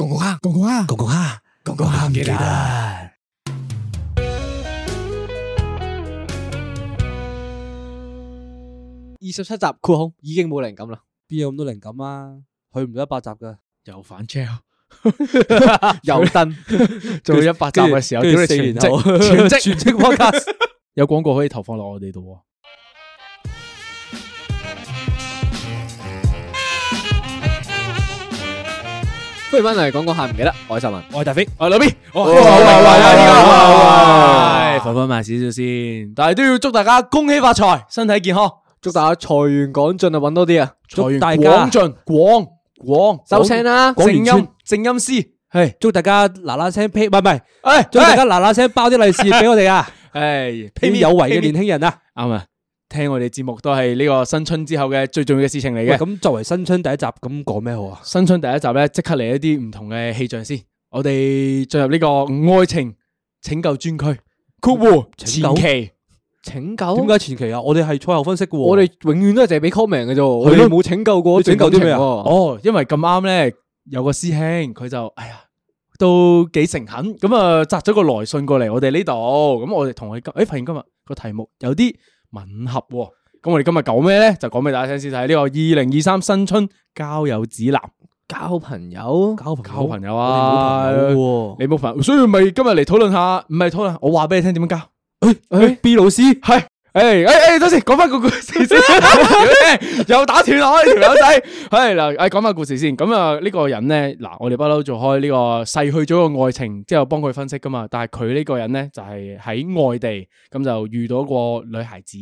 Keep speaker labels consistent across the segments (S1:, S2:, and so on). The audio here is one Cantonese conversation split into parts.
S1: 공공하 공공하 공공하 공공합니다.
S2: 二十七集括空已經冇靈感啦，
S1: 邊有咁多靈感啊？去唔到一百集噶，
S3: 又反車，啊
S2: 又登
S3: 做到一百集嘅時候，
S2: 跟住
S3: 屌你
S2: 四年
S3: 全
S2: 後
S3: 職，全 職
S2: 全職 podcast
S3: 有廣告可以投放落我哋度喎。
S2: 不如翻嚟講講下唔記得，我係秀文。
S3: 我係大飛，我係老 B，哇，好
S2: 哇
S3: 好
S2: 哇
S3: 啊
S2: 哇
S3: 呢個
S2: 哇哇
S3: 唉快快慢少少先，但係都要祝大家恭喜發財，身體健康，
S2: 祝大家財源廣進啊，揾多啲啊！
S3: 財源
S1: 大家
S3: 廣進，廣廣
S2: 收聲啦，
S3: 廣
S2: 正
S3: 源
S2: 音
S3: 村正音師，
S1: 係祝大家嗱嗱聲 pay 唔係唔係，
S3: 唉，
S1: 祝大家嗱嗱聲包啲利是俾我哋啊！
S3: 唉，
S1: 啲有為嘅年
S3: 輕
S1: 輕人啊！
S3: 啱啊！聽我哋節目都係呢個新春之後嘅最重要嘅事情嚟
S1: 喂，
S3: 嘅。
S1: 咁作為新春第一集，咁講咩好啊？
S3: 新春第一集咧，即刻嚟一啲唔同嘅氣象先。我哋進入呢個愛情拯救專區，括弧
S1: 拯救
S3: 前期。
S2: 拯救
S1: 點解前期啊？我哋係賽後分析嘅喎，
S2: 我哋永遠都係淨係俾 comment 嘅啫喎，我哋冇拯救過
S1: 你拯救啲咩啊
S2: 一段感情喎
S3: 哦，因為咁啱咧，有個師兄佢就哎呀，都幾誠懇，咁啊，摘咗個來信過嚟我哋呢度，咁我哋同佢今，哎誒發現今日個題目有啲吻合喎、咁我哋今日講咩咧？就講俾大家聽先，就係呢個二零二三新春交友指南，
S2: 交朋友，
S1: 交朋
S3: 交朋友
S1: 我哋
S3: 啊，
S1: 冇朋友喎
S3: 你冇朋友，所以咪今日嚟討論下，唔係討論，我話俾你聽點樣交。
S1: 誒，B 老師
S3: 係，诶诶诶，等先，講翻個故 事先，又打斷我呢條友仔。係嗱，诶，講翻故事先。咁啊，呢個人咧，嗱，我哋不嬲做開呢個逝去咗個愛情之後，幫佢分析噶嘛。但係佢呢個人咧，就係喺外地，咁就遇到個女孩子，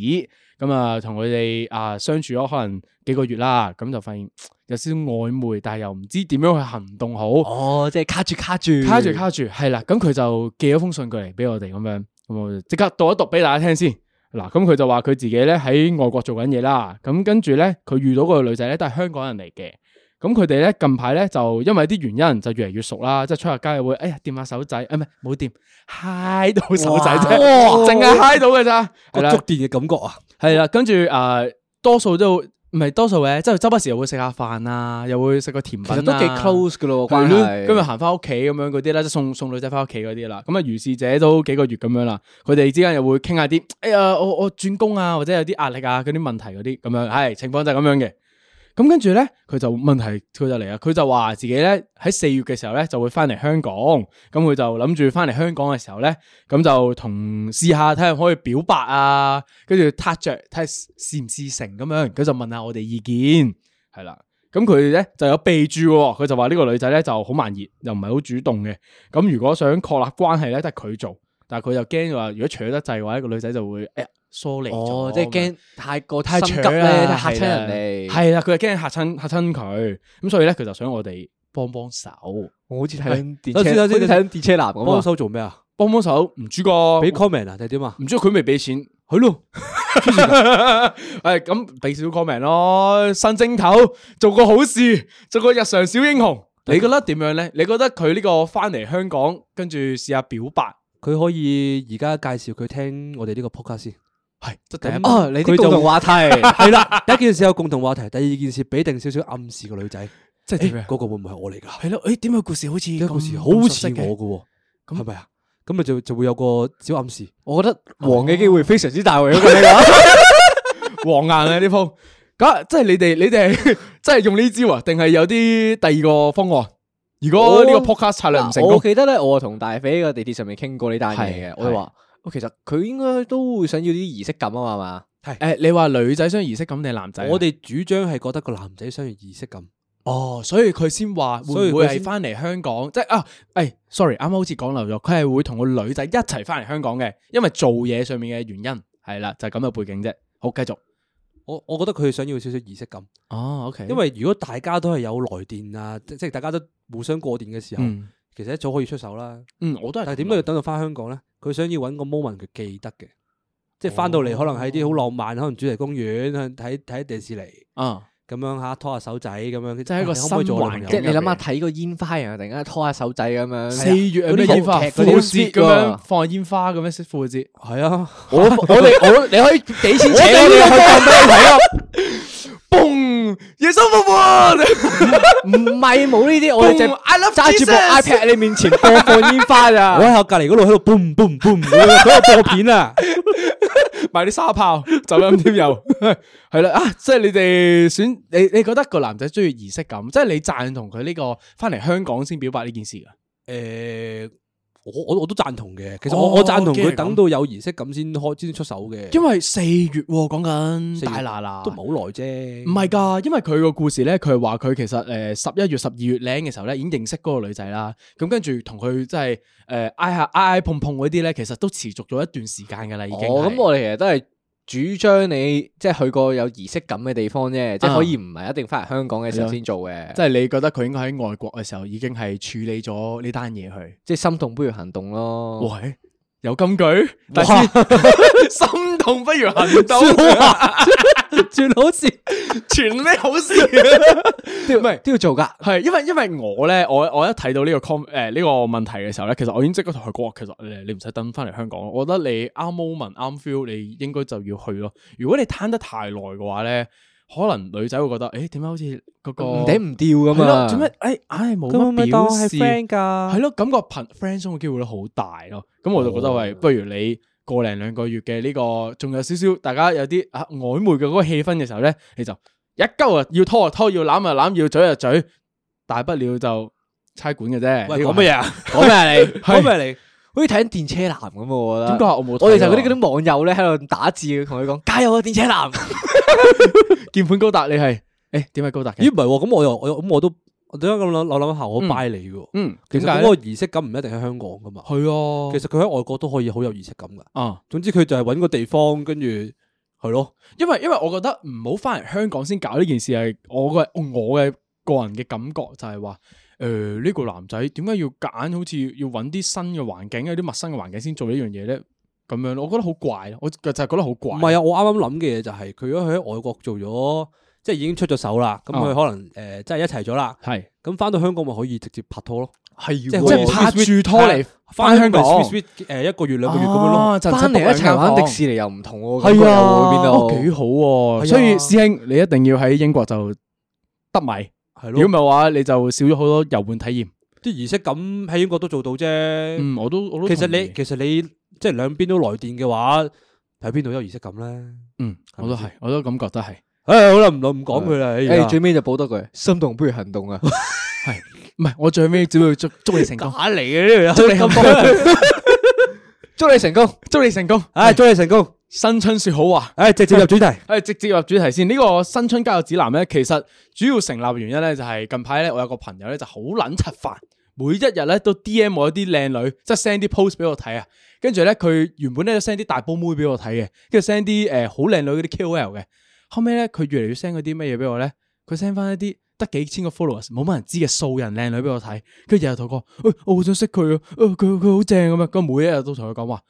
S3: 咁啊，同佢哋啊相處咗可能幾個月啦，咁就發現有少少曖昧，但係又唔知點樣去行動好。
S2: 哦，即係卡住卡住，
S3: 卡住卡住，係啦，咁佢就寄咗封信過嚟俾我哋咁樣，咁我就即刻讀一讀俾大家聽先。嗱，咁佢就話佢自己咧喺外國做緊嘢啦，咁跟住咧佢遇到個女仔咧都係香港人嚟嘅，咁佢哋咧近排咧就因為啲原因就越嚟越熟啦，即係出下街會哎呀掂下手仔，啊唔係冇掂，嗨到手仔啫，
S2: 哦
S1: 哇
S3: 淨係嗨到嘅咋，係
S1: 個
S3: 啦
S1: 觸電嘅感覺啊！
S3: 係啦，跟住誒多數都唔係多數嘅，即係周不時又會食下飯啊，又會食個甜
S2: 其
S3: 品啊，
S2: 實都幾 close 噶咯，關
S3: 係咯，
S2: 係。
S3: 咁咪行翻屋企咁樣嗰啲啦，即係送送女仔翻屋企嗰啲啦。咁啊，如是者都幾個月咁樣啦。佢哋之間又會傾下啲，哎呀，我我轉工啊，或者有啲壓力啊，嗰啲問題嗰啲咁樣，係情況就係咁樣嘅。咁跟住咧，佢就問題佢就嚟啦，佢就話自己咧喺四月嘅時候咧就會翻嚟香港，咁佢就諗住翻嚟香港嘅時候咧，咁就同試下睇下可以表白啊，跟住撻着睇下試唔試成咁樣，佢就問下我哋意見，係啦。咁佢咧就有備注喎，佢就話呢個女仔咧就好慢熱，又唔係好主動嘅。咁如果想確立關係咧，都係佢做，但係佢又驚話如果扯得滯嘅話，呢個女仔就會哎呀疏離咗
S2: 哦，即係
S3: 咁樣
S2: 驚太過
S3: 太
S2: 心急
S3: 扯
S2: 咧，
S3: 啦
S2: 嚇親人哋。
S3: 係啦，佢係驚嚇親嚇親佢，咁所以咧佢就想我哋幫幫手，
S2: 我好似睇緊電
S1: 等先
S2: 好
S1: 等先
S2: 似睇緊電車男咁
S1: 幫
S2: 啊！
S1: 手做咩啊？
S3: 幫幫手唔知個，
S1: 俾 comment 啊定係點啊？
S3: 唔知佢未俾錢，係咯，係咁俾少 comment 咯，新正頭做個好事，做個日常小英雄，你覺得點樣咧？你覺得佢呢個翻嚟香港，跟住試下表白，
S1: 佢可以而家介紹佢聽我哋呢個 podcast 先。
S3: 係即
S1: 第一步
S2: 哦，你
S1: 佢
S2: 啲
S1: 就
S2: 共同話題
S1: 係
S3: 啊
S1: 啦，第一件事有共同話題，第二件事俾定少少暗示個女仔，
S3: 即係
S1: 誒
S3: 點樣？
S1: 嗰個會唔會係我嚟㗎？
S3: 係咯，誒點解故事好似
S1: 而家
S3: 啊咁
S1: 故事好
S3: 咁熟
S1: 似
S3: 悉
S1: 我
S3: 嘅
S1: 嘅喎，
S3: 咁
S1: 係咪啊？咁咪就就會有個小暗示。
S2: 我覺得黃嘅機會非常之大喎，如果你講
S3: 黄硬啊呢鋪，咁即係你哋你哋 係真係用呢招啊？定係有啲第二個方案？如果呢個
S2: 我
S3: podcast 策略唔成
S2: 我
S3: 功，
S2: 記得咧，我同大飛喺個地鐵上面傾過呢單嘢
S3: 係
S2: 嘅，我就話：哦其實佢應該都會想要啲儀式感啊嘛係嘛。
S3: 誒你話女仔想儀式感定係男仔啊？
S1: 我哋主張係覺得個男仔需要儀式感，
S3: 哦，所以佢先話
S1: 所
S3: 會
S1: 以
S3: 唔會
S1: 佢先
S3: 係翻嚟香港？即係啊，誒，sorry，啱啱好似講漏咗，佢係會同個女仔一齊翻嚟香港嘅，因為做嘢上面嘅原因係啦，就係咁嘅背景啫。好，繼續
S1: 我我覺得佢想要少少儀式感，
S3: 哦，OK，
S1: 因為如果大家都係有來電啊，即即係大家都互相過電嘅時候，
S3: 嗯
S1: 其實一早可以出手啦。
S3: 嗯，我都係咁諗，
S1: 但係點解要等到翻香港咧？佢想要揾個 moment 佢記得嘅，即係翻到
S3: 哦
S1: 嚟可能喺啲好浪漫，可能主題公園睇睇迪士尼
S3: 啊？
S1: 咁樣嚇，拖下手仔咁
S3: 係
S1: 樣，
S3: 一個
S1: 啊你可唔可
S3: 新
S1: 以做我女
S3: 環
S1: 朋
S2: 即係
S1: 友
S2: 你諗下睇個煙花人，突然間拖下手仔咁樣。
S3: 四月有
S2: 啊嗰
S3: 咩
S2: 啲
S3: 煙花？
S2: 日劇
S3: 復
S2: 嗰啲
S3: 活
S2: 好節
S3: 節咁樣
S2: 㗎
S3: 放煙花咁樣式復活節，
S1: 係啊，
S2: 我我哋我你可以幾錢請我
S3: 哋
S2: 哋
S3: 呢個
S2: 去咁多睇啊？
S3: 嘣！耶穌復活，
S2: 唔係冇呢啲，我哋就
S3: I love
S2: 揸住部
S3: Jesus
S2: iPad 喺你面前播放煙花
S1: 我
S2: 咋。
S1: 喺我隔離嗰度喺度 boom boom boom 嗰個播片啊，
S3: 買啲沙炮， 就咁添又係啦啊！即係你哋選你，你覺得個男仔中意儀式感，即係你贊同佢呢個翻嚟香港先表白呢件事噶？
S1: 誒。我我我都贊同嘅，其實
S3: 哦
S1: 我我贊同
S3: 竟然
S1: 佢
S3: 咁
S1: 等到有儀式感先開先出手嘅，
S3: 因為四月喎講緊
S1: 四月
S3: 大拿拿，
S1: 都唔係好耐啫。
S3: 啊唔係㗎，因為佢個故事咧，佢係話佢其實誒十一月、十二月僆嘅時候咧，已經認識嗰個女仔啦。咁跟住同佢即係誒挨下挨挨碰碰嗰啲咧，其實都持續咗一段時間㗎啦，已經係。
S2: 哦，咁我哋其實都係主張你即係去個有儀式感嘅地方啫，即係可以唔啊係一定翻嚟香港嘅時候先做嘅，
S3: 即係你覺得佢應該喺外國嘅時候已經係處理咗呢單嘢去。
S2: 即係心動不如行動咯。
S3: 喂，有金句，但係 心動不如行動，
S1: 啊 轉好事，
S3: 全咩好事？
S2: 都要都要做噶。
S3: 係因為因為我咧，我我一睇到呢個 com 誒呢個問題嘅時候咧，其實我已經即刻同佢講話，其實誒你唔使等翻嚟香港，我覺得你啱 moment 啱 feel，你應該就要去咯。如果你攤得太耐嘅話咧，可能女仔會覺得誒點解好似嗰個
S2: 唔頂唔掉
S3: 係
S2: 噶
S3: 咯
S2: 嘛？
S3: 做咩？誒唉冇
S1: 啊咁咪
S3: 乜
S1: 當
S3: 表
S1: 係
S3: 示。
S1: friend 㗎。
S3: 係咯，感覺朋 friend 中嘅機會率好大咯。咁我就覺得喂，不如你過零兩個月嘅呢個，仲有少少大家有啲啊曖昧嘅嗰個氣氛嘅時候咧，你就一鳩啊，要拖就拖，要攬就攬，要嘴就嘴，大不了就差館嘅啫。
S1: 喂
S3: 呢個
S1: 講乜嘢
S3: 係？
S2: 講咩啊你？
S1: 咁咪嚟
S2: 好似睇緊電車男咁喎，我覺
S3: 點
S2: 得。
S3: 解我冇睇啊？
S2: 我哋就嗰啲嗰啲網友咧喺度打字，同佢講加油啊，電車男！
S3: 鍵盤高達，你係誒點解高達嘅？
S1: 咦唔係喎，咁我又我又咁我都我點解咁諗我諗下我 buy 你嘅？
S3: 嗯，
S1: 其
S3: 點
S1: 實
S3: 解
S1: 嗰
S3: 咧？
S1: 個儀式感唔一定喺香港噶嘛，
S3: 係啊，
S1: 其實佢喺外國都可以好有儀式感噶。
S3: 啊。
S1: 總之佢就係揾個地方，跟住係咯，
S3: 因為因為我覺得唔好翻嚟香港先搞呢件事係我嘅我嘅個人嘅感覺就係話，誒、呢、個男仔點解要揀好似要揾啲新嘅環境，有啲陌生嘅環境先做呢樣嘢咧？咁樣咯我覺得好怪咯，我就係覺得好
S1: 唔
S3: 怪。
S1: 係啊！我啱啱諗嘅嘢就係佢如果佢喺外國做咗，即係已經出咗手啦，咁
S3: 啊
S1: 佢可能誒真係一齊咗啦，
S3: 係
S1: 咁翻到香港咪可以直接拍拖咯，
S3: 係即
S1: 即
S3: 係
S1: 係
S3: 拍住拖嚟
S1: 翻
S3: 返香港
S1: sweet sweet 誒一個
S2: 啊
S1: 月兩個月咁樣咯，
S2: 翻嚟一齊玩迪士尼又唔同喎，咁又
S3: 哦
S2: 會
S3: 幾
S2: 變到。
S3: 好喎、
S1: 係啊
S3: 所以師兄你一定要喺英國就得米，
S1: 係
S3: 如果唔
S1: 咯，
S3: 係話你就少咗好多遊玩體驗。
S1: 啲儀式感喺英國都做到啫。
S3: 嗯，我都我都
S1: 其實
S3: 同
S1: 你
S3: 意
S1: 其實你即係兩邊都來電嘅話，喺邊度有儀式感咧？
S3: 嗯，我都係，我都咁覺得係。
S1: 唉，好啦，唔唔講佢啦。哎呀
S2: 誒，最尾就補多句，心動不如行動啊！
S3: 唔系，我最尾只會祝祝你成功，
S1: 打嚟嘅呢條友，
S2: 祝你成功。
S3: 祝你成功。
S1: 唉，祝你成功。
S3: 新春说好話，
S1: 唉，直接入主題。
S3: 诶，哎直接入主題先。呢、個新春交友指南咧，其實主要成立嘅原因咧，就係近排咧，我有個朋友咧就好撚柒煩，每一日咧都 D M 我一啲靚女，即係 send 啲 post 俾我睇啊。跟住咧，佢原本咧都 send 啲大波妹俾我睇嘅，跟住 send 啲诶好靚女嗰啲 K O L 嘅。後尾咧，佢越嚟越 send 嗰啲乜嘢俾我咧，佢 send 翻一啲得幾千個 followers，冇乜人知嘅素人靚女俾我睇，跟住日日同我講，喂、我好想識佢啊，呃佢佢好正咁樣。咁每一日都同佢講話，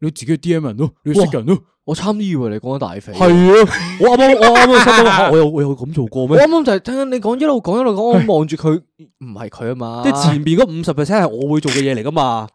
S3: 你自己 D M 人咯，你要識人咯。
S2: 我差唔多以為你講緊大肥。
S1: 係啊，我啱啱我啱啱 心諗，我有我有咁做過
S2: 我
S1: 咩？
S2: 啱啱就係聽緊你講，一路講一路講，我望住佢，唔係佢啊嘛。
S1: 即係前面嗰五十 percent 係我會做嘅嘢嚟噶嘛，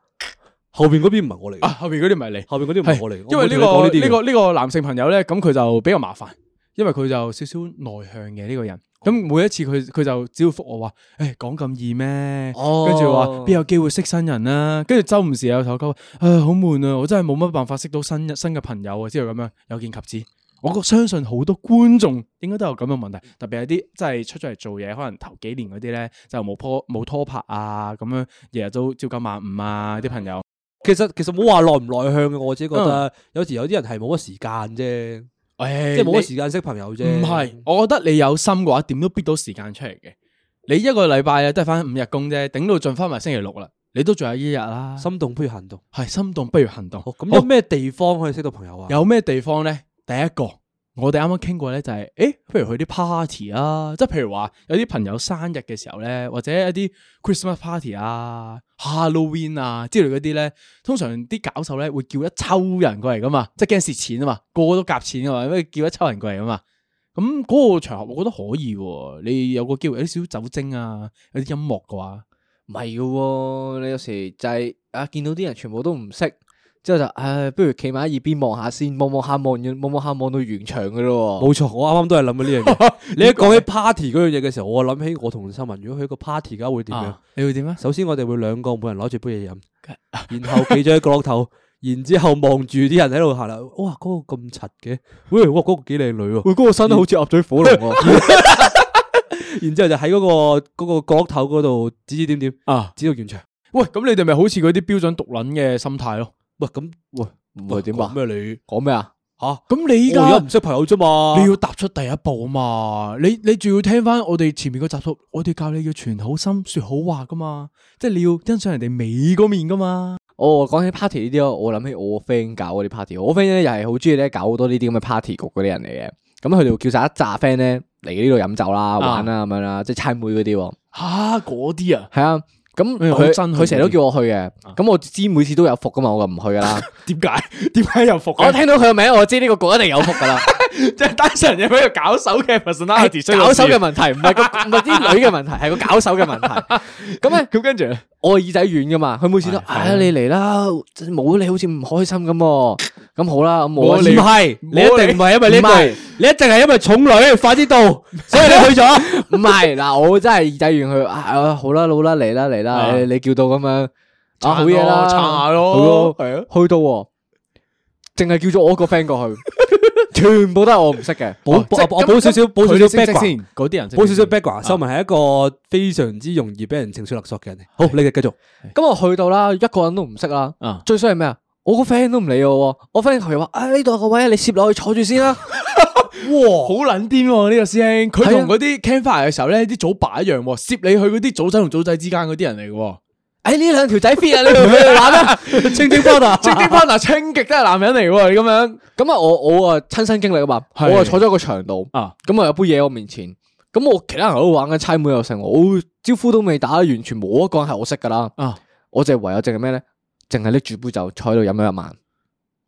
S1: 後邊嗰邊唔係我嚟
S3: 啊，
S1: 嘅，
S3: 後面嗰啲唔係你，
S1: 後邊嗰啲唔係我嚟嘅。
S3: 因為呢、個
S1: 我冇同你講呢啲嘅
S3: 呢、個呢、個男性朋友咧，咁佢就比較麻煩，因為佢就少少內向嘅呢、個人。咁每一次佢佢就只要覆我話，誒講咁易咩？
S2: 哦
S3: 跟住話邊有機會識新人啊？跟住周唔時有同我講，誒好悶啊！我真係冇乜辦法識到新新嘅朋友啊，之類咁樣有見及此。我覺相信好多觀眾應該都有咁嘅問題，特別係啲真係出咗嚟做嘢，可能頭幾年嗰啲咧就冇拖冇拖拍啊，咁樣日日都朝九晚五啊啲朋
S1: 哦
S3: 友。
S1: 其實其實冇話內唔內向嘅，我自己覺得有時有啲人係冇乜時間啫，
S3: 嗯誒
S1: 即係冇乜時間識朋友啫。
S3: 唔係，我覺得你有心嘅話，點都逼到時間出嚟嘅。你一個禮拜啊，都係翻五日工啫，頂到盡翻埋星期六啦，你都仲有一日啦。心
S1: 心動不如行動。哦
S3: 係心動不如行動。
S1: 好，咁
S3: 好
S1: 有咩地方可以識到朋友啊？
S3: 有咩地方咧？第一個我哋啱啱傾過咧，就係、诶，不如去啲 party 啊，即係譬如話有啲朋友生日嘅時候咧，或者一啲 Christmas party 啊、Halloween 啊之類嗰啲咧，通常啲搞手咧會叫一抽人過嚟噶嘛，即係驚蝕錢啊嘛，個個都夾錢噶嘛，因為叫一抽人過嚟啊嘛。咁嗰個場合，我覺得可以喎。你有個機會有啲少酒精啊，有啲音樂嘅話，
S2: 唔係嘅喎，你有時就係、啊，見到啲人全部都唔識，之後就唉，不如企埋喺耳邊望下先，望望下望完，望望下望到完場嘅咯喎。
S1: 冇錯，我啱啱都係諗緊呢樣 嘢。你一講起 party 嗰樣嘢嘅時候，我諗起我同新文，如果去一個 party 嘅話會點樣？
S3: 啊你會點啊？
S1: 首先我哋會兩個每人攞住杯嘢飲，然後企咗喺角落頭， 然之後望住啲人喺度行啦。哇，嗰、個咁柒嘅，喂，哇，嗰、個幾靚女喎。
S2: 喂，嗰、個身好似鴨嘴火龍喎、
S1: 然之後就喺嗰、個嗰、個角落頭嗰度指指點點，
S3: 啊，
S1: 指到現場。
S3: 喂，咁你哋咪好似嗰啲標準毒撚嘅心態咯？
S1: 喂，咁喂
S2: 唔係點啊
S1: 講咩你
S2: 講咩啊？
S1: 吓？
S3: 咁你依
S1: 我
S3: 家
S2: 哦
S1: 而家唔識朋友啫嘛。
S3: 你要踏出第一步啊嘛，你你仲要聽翻我哋前面個集數，我哋教你要存好心說好話噶嘛，即係你要欣賞人哋美嗰面噶嘛。
S2: 我講起 party 呢啲咯，我諗起我 friend 搞嗰啲 party，我 friend 咧又係好中意咧搞好多呢啲咁嘅 party 局嗰啲人嚟嘅。咁佢哋會叫晒一紮 friend 咧嚟呢度飲酒啦、玩啦咁樣啦，即係猜妹嗰啲喎。
S3: 吓嗰啲啊，
S2: 係啊，咁
S3: 哎呀好
S2: 佢
S3: 憎佢
S2: 佢成日都
S3: 哋
S2: 叫我去嘅，咁我知每次都有伏噶嘛，我就唔去噶啦。
S3: 點解 點解又服
S2: 我
S3: 嘅？
S2: 聽到佢個名，我知呢個局一定有伏噶啦。
S3: 即係單純有咩搞手嘅 personality，
S2: 係搞手嘅問題，唔係個 唔係啲女嘅問題，係個搞手嘅問題。咁咧，
S3: 咁跟住咧
S2: 我耳仔軟噶嘛，佢每次都，
S3: 係
S2: 唉，你嚟啦，真係冇你好似唔開心咁喎。咁好啦，咁
S1: 我
S2: 我
S1: 唔
S2: 知
S1: 係，你一定唔係因為呢
S2: 唔係
S1: 句，你一定係因為重女快啲到，所以 你去咗。
S2: 唔係嗱，我真係耳仔軟佢，啊啊好啦，好啦，嚟啦嚟啦，
S3: 啊
S2: 你你叫到咁樣，啊好
S3: 撐
S2: 嘢啦，
S3: 咯撐下咯
S2: 好
S3: 係啊
S2: 去到喎，淨係叫咗我一個 friend 過去，全部都係我唔識嘅，
S1: 補
S2: 哦
S1: 補
S2: 即係
S1: 我補少少，補少
S3: 佢哋識
S1: 少
S3: 唔識
S1: background
S3: 先，嗰啲人識唔
S1: 補
S3: 識
S1: 少少 background，修文係一個非常之容易俾人情緒勒索嘅人嚟。好，你哋繼續。
S2: 咁我去到啦，一個人都唔識啦。
S3: 啊
S2: 最衰係咩啊？我個 friend 都唔理我喎，我 friend 佢又話：啊呢度有個位，你攝落去坐住先啦。
S3: 哇，好啊撚癲喎！呢個師兄，佢同嗰啲 campfire 嘅時候咧，啲組爸一樣喎，攝你去嗰啲組仔同組仔之間嗰啲人嚟嘅喎。
S2: 哎呢兩條仔 fit 啊，你同佢哋玩 啦。
S3: 清 啲 partner，清啲 partner，清極都係男人嚟喎，你咁樣
S2: 咁啊，我我啊親身經歷啊嘛，
S3: 係
S2: 我啊坐咗個牆度，
S3: 啊
S2: 咁啊有杯嘢喺我面前，咁我其他人喺度玩緊猜妹又成，我招呼都未打，完全冇一個人係我識噶啦。
S3: 啊，
S2: 我就唯有淨係咩咧？淨係拎住杯酒坐喺度飲咗一晚。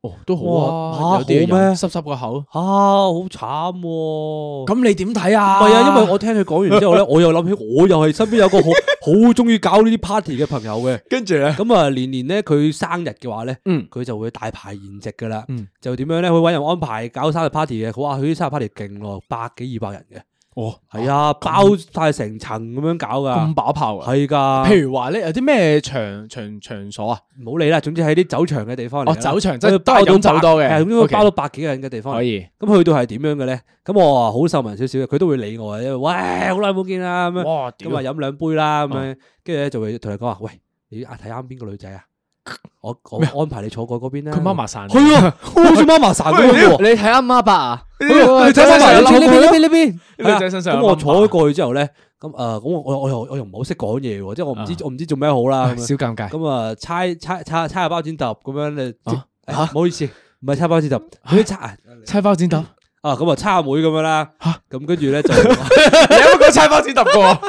S3: 哦都
S1: 哇
S3: 好啊，有
S1: 嚇
S3: 啲
S1: 好咩
S3: 人濕濕個口，
S1: 啊，好慘喎！
S3: 咁你點睇啊
S1: 唔係啊，因為我聽佢講完之後咧， 我又諗起我又係身邊有個好 好中意搞呢啲 party 嘅朋友嘅。
S3: 跟住咧，
S1: 咁啊，年年咧佢生日嘅話咧，
S3: 嗯
S1: 佢就會大排筵席噶啦
S3: 嗯。
S1: 就點樣咧？佢揾人安排搞生日 party 嘅。佢話佢啲生日 party 勁咯，百幾二百人嘅。
S3: 哦
S1: 係啊，包晒成層咁樣搞
S3: 咁
S1: 噶。
S3: 把炮啊，
S1: 係㗎。
S3: 譬如話咧，有啲咩場場場所啊，
S1: 唔好理啦，總之喺啲酒場嘅地方嚟
S3: 哦
S1: 啦。
S3: 酒場即係
S1: 佢
S3: 都係飲酒多嘅
S1: 係總之佢
S3: OK
S1: 包到百幾個人嘅地方嚟。
S3: 以
S1: 咁去到係點樣嘅咧？咁我啊好秀文少少嘅，佢都會理我嘅，因為喂好耐冇見啦咁樣，
S3: 哇，
S1: 咁啊
S3: 咁啊
S1: 飲兩杯啦咁樣，跟住咧就會同你講話，喂你啊睇啱邊個女仔啊？我我安排你坐過嗰邊啦。
S3: 佢媽媽散，
S1: 係啊，好似媽媽神咁
S3: 哦
S1: 樣
S2: 你
S1: 喎。
S2: 睇啱孖伯啊？
S3: 你睇
S2: 走埋你坐
S3: 睇
S2: 呢邊呢邊
S3: 睇
S2: 呢邊。
S1: 啊係啊
S3: 女仔身上有
S1: 咁我坐咗
S3: 個
S1: 過去之後咧，咁啊咁我我我又我又唔係好識講嘢喎，即係我唔知我唔知做咩好啦咁樣。
S3: 小尷尬，
S1: 咁啊，猜猜猜猜下包剪揼咁樣你
S3: 啊
S1: 哎唔好意思，唔係猜包剪揼，佢猜啊
S3: 猜包剪揼，
S1: 啊咁啊，猜阿妹咁樣啦
S3: 嚇，
S1: 咁跟住咧 就
S3: 你有冇講猜包剪揼過？啊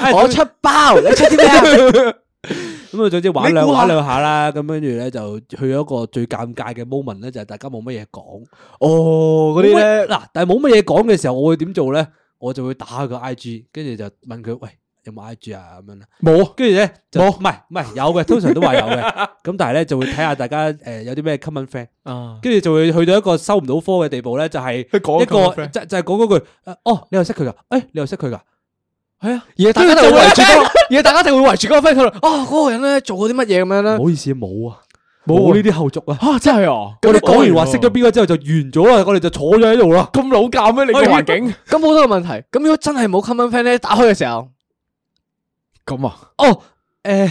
S3: 哎
S2: 我出包，你出啲咩啊？
S1: 咁啊，總之玩
S3: 你
S1: 兩
S3: 估下
S1: 玩兩下啦，咁跟住咧就去咗一個最尷尬嘅 moment 咧，就係大家冇乜嘢講
S2: 哦，嗰啲咧
S1: 咁喂，嗱，但係冇乜嘢講嘅時候，我會點做咧？我就會打佢個 I G，跟住就問佢喂有冇 I G 啊咁樣啦。
S3: 冇啊，
S1: 跟住咧就
S3: 冇
S1: 唔係唔係有嘅，通常都話有嘅。 咁但係咧就會睇下大家誒有啲咩 common friend，
S3: 啊，
S1: 跟住就會去到一個收唔到科嘅地步咧，就係
S3: 佢講
S1: 一個
S3: friend
S1: 就就係講嗰句誒哦，你又識佢㗎？誒你又識佢㗎？係啊，
S2: 而大家就會圍住嗰個，而大家就會圍住嗰個 friend 討論，哦，嗰個人咧做過啲乜嘢咁樣咧
S1: 唔。好意思冇啊，
S3: 冇啊
S1: 冇呢啲後續啊。
S3: 吓真係哦，
S1: 我哋講完話識咗邊個之後就完咗啦，我哋就坐咗喺度啦。
S3: 咁老教咩？你個
S1: 哎
S3: 環境
S2: 咁好多個問題。咁如果真係冇 common friend 咧，打開嘅時候，
S3: 咁啊？
S1: 哦，诶，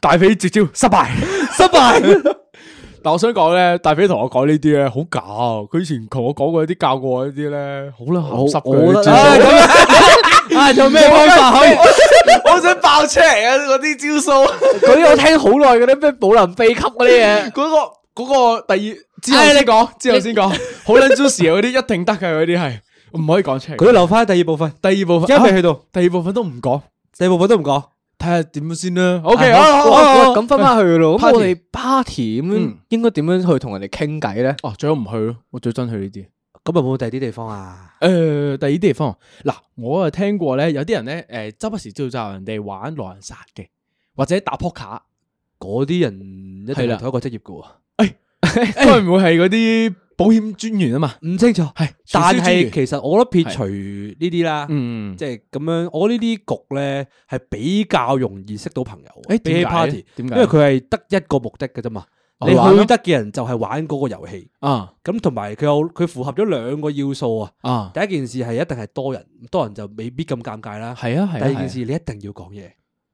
S3: 大肥絕招失敗，失 敗。但我想講咧，大肥同我講呢啲咧好假啊！佢以前同我講過啲教過我呢啲咧，好啦，鹹濕
S2: 我
S3: 嘅
S2: 覺
S3: 招
S2: 得
S3: 數。
S2: 啊，有咩方法可以？
S3: 我想爆啊出嚟啊！嗰啲招數，啊
S2: 嗰啲我聽好耐嘅啲咩寶林秘笈嗰啲嘢，
S3: 嗰個嗰個第二之後
S2: 唉
S3: 先
S2: 你
S3: 講，之後先講，好撚 juicy 啊嗰啲一定得嘅嗰啲係，唔可以講出嚟。
S1: 佢都留翻第二部分，
S3: 第二部
S1: 而
S3: 分，
S1: 家未
S3: 啊
S1: 去到，
S3: 第二部分都唔講，
S1: 第二部分都唔講。
S3: 睇下點先啦。O
S2: 係
S3: K，
S2: 好
S3: 好好
S2: 好
S3: 好好
S2: 好咁分翻去咯。咁
S3: Party
S2: 我哋 party 咁樣
S3: 嗯
S2: 應該點樣去同人哋傾偈咧？
S3: 哦，最好唔去咯，我最憎去呢啲。
S1: 咁有冇第二啲地方啊？
S3: 诶、第二啲地方，嗱，我啊聽過咧，有啲人咧，诶、周不時召集人哋玩狼人殺嘅，或者打扑克，
S1: 嗰啲人一定
S3: 係啦
S1: 係同一個職業噶
S3: 因為唔會係嗰啲保險專員啊嘛，
S1: 喎，唔清楚。
S3: 係，
S1: 但
S3: 傳銷專
S1: 係
S3: 員
S1: 其實我覺得撇除呢啲啦，
S3: 嗯，
S1: 即係咁樣，我呢啲局咧係比較容易識到朋友
S3: 誒
S1: 嘅。比起
S3: 點解
S1: party，
S3: 點
S1: 因
S3: 解？
S1: 為佢係得一個目的嘅啫哦嘛。你
S3: 玩咯
S1: 去得嘅人就係玩嗰個遊戲，
S3: 啊
S1: 咁同埋佢有佢符合咗兩個要素啊。
S3: 啊，
S1: 第一件事係一定係多人，多人就未必咁尷尬啦。
S3: 係啊
S1: 第
S3: 係啊，
S1: 二件
S3: 係啊
S1: 事，你一定要講嘢，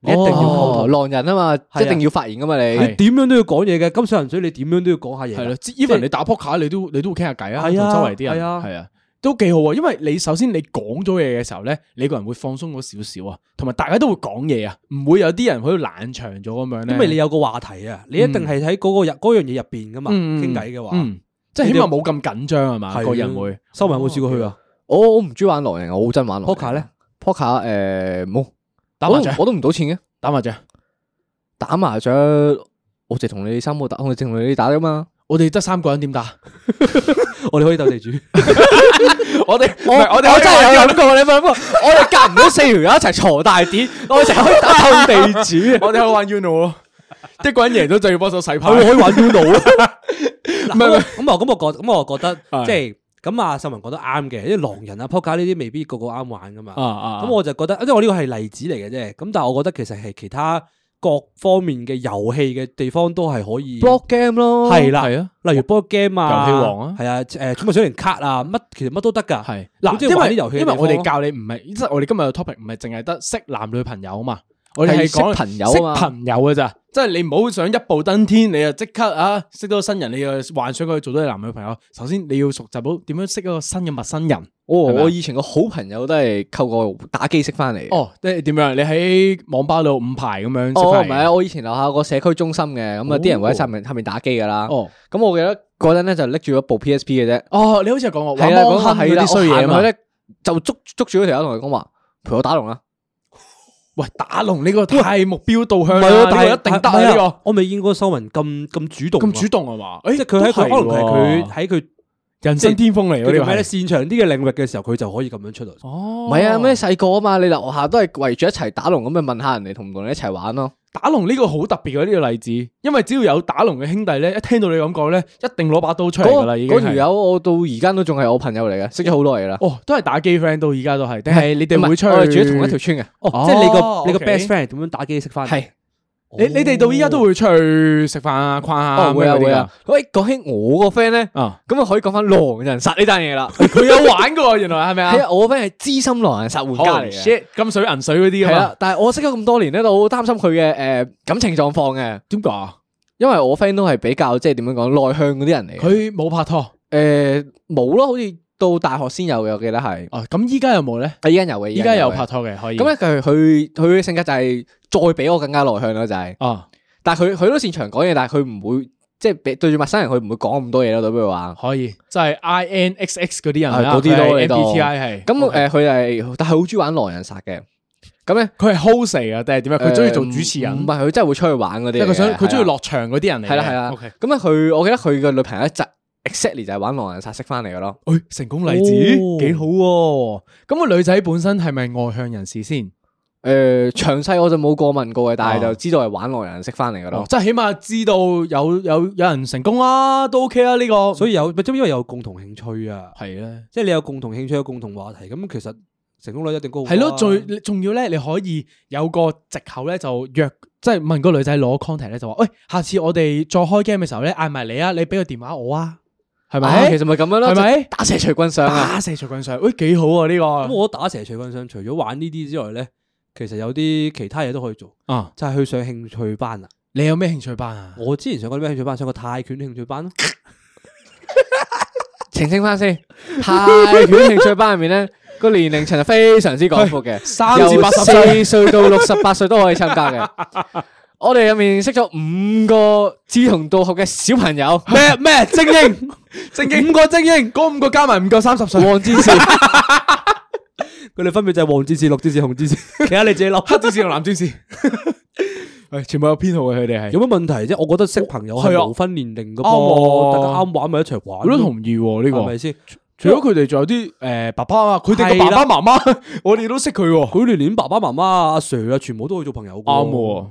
S1: 你
S3: 哦
S1: 一定要溝
S2: 哦，
S1: 通，
S2: 狼人啊嘛，
S1: 啊
S2: 一定要發言噶嘛
S3: 係
S2: 你。
S1: 你點樣都要講嘢嘅。金水銀水，你點樣都要講下嘢㗎。
S3: 係咯即
S1: 係
S3: ，even 你打扑克，你都你都會傾下偈啊，同
S1: 係啊
S3: 周圍啲人
S1: 係啊
S3: 係啊。都幾好啊，因為你首先你講咗嘢嘅時候咧，你個人會放鬆咗少少啊，同埋大家都會講嘢啊，唔會有啲人喺度冷場咗咁嗯樣咧。
S1: 因為你有個話題啊，你一定係喺嗰個入嗰樣嘢入邊噶嘛，
S3: 嗯
S1: 傾偈嘅話，
S3: 嗯，即係起碼冇咁緊張係嘛，
S1: 係
S3: 個人會。
S1: 收埋有冇試過去啊？
S2: 哦我我唔中意玩狼人，我好憎玩
S3: 哦
S2: 狼人。
S1: Poker
S2: ，poker
S1: 咧
S2: 誒冇
S3: 打
S2: 我
S3: 麻
S2: 都
S3: 雀，
S2: 我都唔賭錢嘅。
S3: 打麻雀。
S2: 打麻雀，我就同你三個打，我就同你打噶嘛。
S3: 我哋得三個人點打？哦
S1: 我哋可以鬥 地主，
S3: 我哋
S2: 我我哋我真係有諗過，你問我，我哋夾唔到四條友一齊坐大碟，我哋就可以打鬥地主。
S3: 我哋去玩 Uno 咯，一個人贏咗就要幫手洗牌。
S1: 可以玩 Uno 啊。
S3: 唔係唔
S1: 嗱咁我咁我覺咁我覺得
S3: 係
S1: 即係咁啊，秀文講得啱嘅，因為狼人啊、poker 呢啲未必個個啱玩噶嘛。
S3: 啊
S1: 咁我就覺得，因為我呢個係例子嚟嘅啫。咁但係我覺得其實係其他各方面嘅遊戲嘅地方都係可以
S2: block game 咯，
S1: 係啦，
S3: 係啊，
S1: 例如 board game 啊、
S3: 遊戲王啊
S1: 係啊，誒寵物小型卡啊，乜其實乜都得㗎。
S3: 係啊
S1: 嗱
S3: 嗱，
S1: 即係
S3: 因
S1: 玩啲
S3: 為
S1: 遊戲嘅
S3: 因為我
S1: 地
S3: 哋
S1: 方
S3: 教你唔係，即係我哋今日嘅 topic 唔係淨係得識男女朋友啊嘛，我哋
S2: 係
S3: 係講
S2: 識朋友
S3: 識
S2: 啊嘛。
S3: 朋友嘅咋，即係你唔好想一步登天，你就即刻啊識到個新人，你又幻想佢做到你男女朋友。首先你要熟習到點樣識一個新嘅陌生人。
S2: 哦，
S3: 係咪啊
S2: 我以前個好朋友都係透過打機識翻嚟。
S3: 哦，即係點樣？你喺網吧度五排咁樣識
S2: 哦，唔
S3: 翻
S2: 係啊，我以前樓下個社區中心嘅，咁啊啲人會喺上面下面打機噶啦。
S3: 哦
S2: 咁我記得嗰陣咧就拎住一部 PSP 嘅啫。
S3: 哦，你好似係講我玩
S2: 係啦，
S3: 芒
S2: 嗰下
S3: 坑
S2: 係
S3: 嗰
S2: 啦，
S3: 啲衰嘢啊
S2: 我行
S3: 嘛
S2: 去。咧就捉捉住嗰條友同佢講話，陪我打龍啦。啊
S3: 喂，打龍呢個太目標導
S1: 唔
S3: 向
S1: 係
S3: 啦，
S1: 喎，
S3: 但
S1: 但
S3: 係
S1: 係
S3: 一定得啊呢個。
S1: 我未見過秀文咁咁主動啊，
S3: 咁主動係嘛？誒
S1: 即係佢喺佢可能係佢喺佢
S3: 人
S1: 生
S3: 生巔峰嚟
S1: 佢
S3: 嘅呢
S1: 哋
S3: 個
S1: 咩咧
S3: 係。
S1: 擅長啲嘅領域嘅時候，佢就可以咁樣出嚟。
S3: 哦
S2: 唔係啊，咩細個啊嘛，你樓下都係圍住一齊打龍咁，咪問下人哋同唔同你一齊玩咯。
S3: 打龍呢個好特別嘅呢個例子，因為只要有打龍嘅兄弟咧，一聽到你咁講咧，一定攞把刀出嚟
S2: 嗰
S3: 㗎啦，已經
S2: 嗰
S3: 係
S2: 條友我到而家都仲係我朋友嚟嘅，識咗好耐㗎啦。
S3: 哦，都係打機 friend 到而家都係，定係哦你哋會出
S2: 唔係
S3: 去？
S2: 我哋住喺同一條村嘅，
S1: 哦，即係你
S3: 哦
S1: 個你個
S3: OK
S1: best friend 點樣打機識翻？
S2: 係
S1: 哦，
S3: 你你哋到依家都會出去食飯啊、逛下
S2: 哦
S3: 啊
S2: 會啊
S3: 咁樣嗰啲
S2: 會啊。喂，講起我個 friend 咧，
S3: 㗎啊，
S2: 咁啊可以講翻狼人殺呢單嘢啦。
S3: 佢有玩㗎喎，原來係咪
S2: 係
S3: 啊？
S2: 啊，我個 friend 係資深狼人殺玩家嚟嘅。
S3: shit，金啊水銀水嗰啲
S2: 係
S3: 㗎嘛
S2: 啦，？但係我識咗咁多年咧，都好擔心佢嘅誒感情狀況嘅，
S3: 點解啊？
S2: 因為我 friend 都係比較即係點樣講內向嗰啲人嚟嘅。
S3: 佢冇拍拖
S2: 誒冇咯，好似到大學先有嘅，我記得係。
S3: 哦，咁依家有冇咧？
S2: 啊，依家有嘅，
S3: 依家有
S2: 嘅
S3: 拍拖嘅可以。
S2: 咁咧，佢佢佢嘅性格就係再比我更加內向咯，就係、
S3: 啊，
S2: 但係佢佢都擅長講嘢，但係佢唔會即係俾對住陌生人，佢唔會講咁多嘢咯。對比如話，
S3: 可以，即係 I N X X 嗰啲人啊
S2: 係
S3: 啦，
S2: 啊嗰啲咯你當
S3: MBTI 係。
S2: 咁誒
S3: OK
S2: 佢係但係好中意玩狼人殺嘅。咁咧，
S3: 佢係 host 嚟啊，定係點啊？佢中意做主持
S2: 誒唔
S3: 人，
S2: 係佢真係會出去玩嗰啲
S3: 即
S2: 嚟
S3: 係
S2: 嘅。啊
S3: 佢想佢中意
S2: 落。
S3: 落場嗰啲人嚟嘅。
S2: 係啦係啦
S3: OK，
S2: 咁咧，佢我記得佢嘅女朋友就 exactly 就係玩狼人殺識翻嚟嘅咯。
S3: 誒哎成功例子
S1: 哦
S3: 幾好喎。咁個女仔本身係咪外向人士先？
S2: 誒、詳細我就冇過問過嘅，但係
S3: 啊
S2: 就知道係玩狼人識翻嚟嘅咯。
S3: 哦即係起碼知道有有有人成功啦，都 OK 啊呢個。
S1: 所
S3: 以
S1: 以有，咪因為有共同興趣啊，
S3: 係咧，
S1: 即係你有共同興趣，有共同話題，咁其實成功率一定高好多啊。
S3: 係咯，最仲要咧，你可以有個藉口咧，就約即係問個女仔攞 contact 咧，就話喂，下次我哋再開 game 嘅時候咧，嗌埋你啊，你俾個電話我啊，係
S2: 係
S3: 咪？
S2: 其實咪咁樣咯，
S3: 係咪啊
S2: 就打蛇隨棍上啊！
S3: 打蛇隨棍上，喂，幾好啊呢
S1: 咁，
S3: 個
S1: 我覺得打蛇隨棍上，除咗玩呢啲之外咧，其實有啲其他嘢都可以做，
S3: 啊！
S1: 就係去上興趣班啊。
S3: 你有咩興趣班啊？
S1: 我之前上過啲咩興趣班？上過泰拳興趣班咯，
S2: 澄清翻 先，泰拳興趣班入面咧，個年齡 層係非常之廣闊嘅，
S3: 三至
S2: 由
S3: 八十歲
S2: 四歲到六十八歲都可以參加嘅。 我哋入面識咗五個志同道合嘅小朋友，
S3: 咩咩 精 英，精英五個精英，嗰五個加埋唔夠三十歲，
S2: 黃戰士、
S1: 佢哋分別就係黃戰士、綠戰士、紅戰士，其他你自己諗。
S3: 黑戰士同藍 戰士，喂，全部有編號嘅佢哋係，
S1: 有乜問題啫？我覺得識朋友
S3: 係啊
S1: 係無分年齡噶
S3: 啱
S1: 噃，
S3: 啊
S1: 大家啱玩咪一齊玩
S3: 我都
S1: 咯，
S3: 同意喎呢
S1: 係咪
S3: 個。
S1: 先？
S3: 除咗佢哋，仲有啲诶爸爸啊，佢哋嘅
S1: 係啦
S3: 爸爸媽媽， 我哋都識佢喎。
S1: 佢哋連爸爸媽媽啊、阿 Sir 啊，全部都可以做朋友㗎
S3: 啱。喎，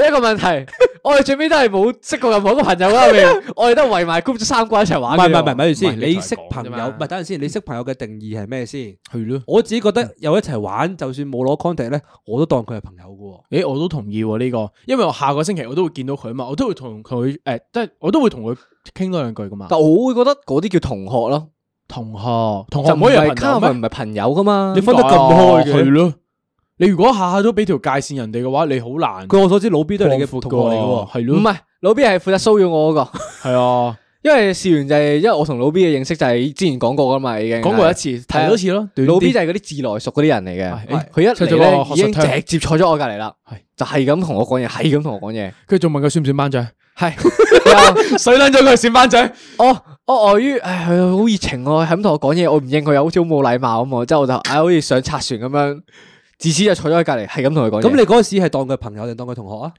S2: 第一個問題，我哋最尾都係冇識過任何一個朋友啦，入面 我哋都係 圍埋 group 咗三個一齊
S1: 唔
S2: 玩
S1: 係
S2: 嘅。
S1: 唔係唔係，咪
S3: 唔
S1: 住
S3: 係
S1: 先。
S3: 你
S1: 你
S3: 就係
S1: 識
S3: 講
S1: 朋
S3: 啫
S1: 友，
S3: 嘛
S1: 唔係等陣先。你識朋友嘅定義係咩先？
S3: 係咯。
S1: 我自己覺得有一齊玩，就算冇攞 contact 咧，我都當佢係朋友㗎喎。
S3: 诶，我都同意喎呢個，因為我下個星期我都會見到佢啊嘛，我都會同佢诶，即係我都會同佢傾多兩句噶嘛。
S2: 但我會覺得嗰啲叫同學咯，
S3: 同學，同學
S2: 就
S3: 唔
S2: 唔
S3: 可以
S2: 係
S3: 係朋
S2: 卡
S3: 友
S2: 文唔
S3: 咩？
S2: 係朋友噶嘛
S1: 你。分得咁開嘅
S3: 係咯。你如果下下都俾條界線人哋嘅話，你好難
S1: 據我所知，老 B 都係你嘅
S3: 擴闊
S1: 同學
S3: 㗎
S1: 嚟㗎
S3: 喎，
S1: 喎。
S3: 係
S2: 唔
S3: 咯，
S2: 係，老 B 係負責騷擾我嗰個，
S3: 係啊，
S2: 因為事源就係因為我同老 B 嘅認識就係之前講過噶嘛，已經
S3: 講過一次，提多次咯，短啲
S2: 啊老 B 就係嗰啲自來熟嗰啲人嚟
S3: 係
S2: 嘅，佢一
S3: 出
S2: 嚟
S3: 咗個
S2: 咧
S3: 學術
S2: 已經
S3: term
S2: 直接坐咗我隔離啦
S3: 係，
S2: 就係咁同我講嘢，係咁同我講嘢，
S3: 佢仲問佢算唔算班長，
S2: 哦 係。
S3: 水撚咗佢算班長，
S2: 我我礙於唉，佢好熱情喎，係咁同我講嘢，我唔應佢又好似好冇禮貌咁喎，之後我就唉好似上拆船咁樣，自此就坐咗喺隔離，係咁同佢講嘢。
S1: 咁你嗰時係當佢朋友定當佢同學啊？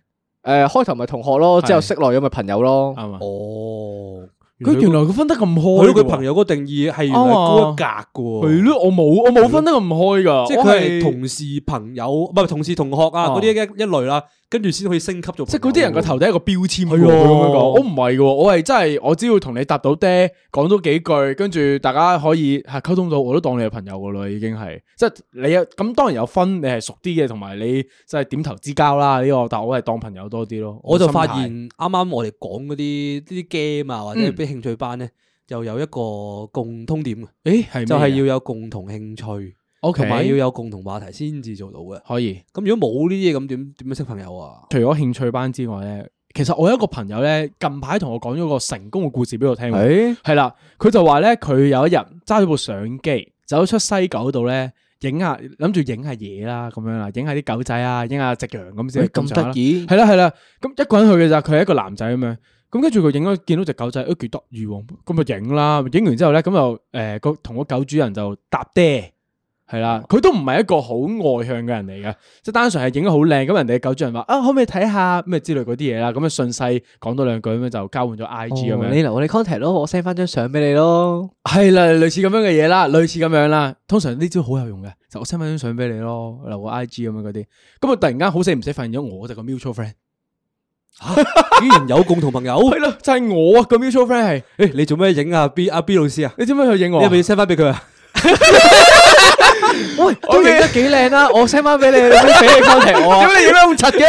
S2: 誒開頭咪同學咯，之後識耐咗咪朋友咯。
S3: 啱啊。
S1: 哦，
S3: 佢原來佢分得咁開
S1: 佢
S3: 嘅喎，
S1: 佢朋友嗰個定義係原來
S3: 啱啊
S1: 高一格㗎喎。
S3: 係咯，我冇我冇分得咁開噶，
S1: 即係
S3: 我
S1: 佢啊係同事朋友，唔係同事同學啊
S3: 哦
S1: 嗰啲一一類啦，跟住先可以升級做朋友喎。
S3: 即係嗰啲人個頭頂係個標籤喎，
S1: 係喎啊
S3: 佢咁樣講，我唔係嘅喎，我係真係我只要同你搭到嗲，講多幾句，跟住大家可以係溝通到，我都當你係朋友嘅啦，已經係，即係你有咁當然有分，你係熟啲嘅，同埋你即係點頭之交啦呢個，但係我係當朋友多啲咯。
S1: 我就發
S3: 發現
S1: 現啱啱我哋講嗰啲呢啲 game 啊，或者啲興趣班咧，又有一個共通點嘅，
S3: 誒嗯係
S1: 就係
S3: 係
S1: 要有共同興趣，
S3: OK，
S1: 同埋要有共同話題先至做到嘅。
S3: 可以。
S1: 咁如果冇呢啲嘢，咁點點樣識朋友啊？
S3: 除咗興趣班之外咧，其實我有一個朋友咧，近排同我講咗個成功嘅故事俾我聽喎。
S2: 誒
S3: 係啦，佢就話咧，佢有一日揸咗部相機，走出西九度咧，影下諗住影下嘢啦，咁樣啦，影下啲狗仔啊，影下隻羊咁先。
S2: 咁得意，
S3: 係啦係啦，咁一個人去嘅咋，佢係一個男仔咁樣。咁跟住佢影咗見到隻狗仔，都哎幾得意喎，咁咪影啦。影完之後咧，咁就誒個同個狗主人就搭爹，係啦。佢都唔係一個好外向嘅人嚟嘅，即係單純係影得好靚。咁人哋嘅狗主人話啊，可唔可以睇下咩之類嗰啲嘢啦？咁啊順勢講多兩句，咁樣就交換咗 I G 咁樣
S2: 哦。你留我哋 contact 咯，我 send 翻張相俾你咯。
S3: 系啦，類似咁樣嘅嘢啦，類似咁樣啦。通常呢招好有用嘅，就我 send 翻張相俾你咯，留個 I G 咁樣嗰啲。咁我突然間好死唔死發現咗我就個 mutual friend，
S1: 竟然有共同朋友，
S3: 係啦，就係我啊個 mutual friend 係。
S1: 誒你做咩影啊 B 阿 B 老師啊？
S3: 你知唔知佢影
S1: 你
S3: 我啊
S1: 係咪？要 send 翻俾 佢啊？
S2: 喂，都影得幾靚啦，我 send 翻俾你，你都俾你 contact 我 啊。
S3: 你影得咁柒嘅？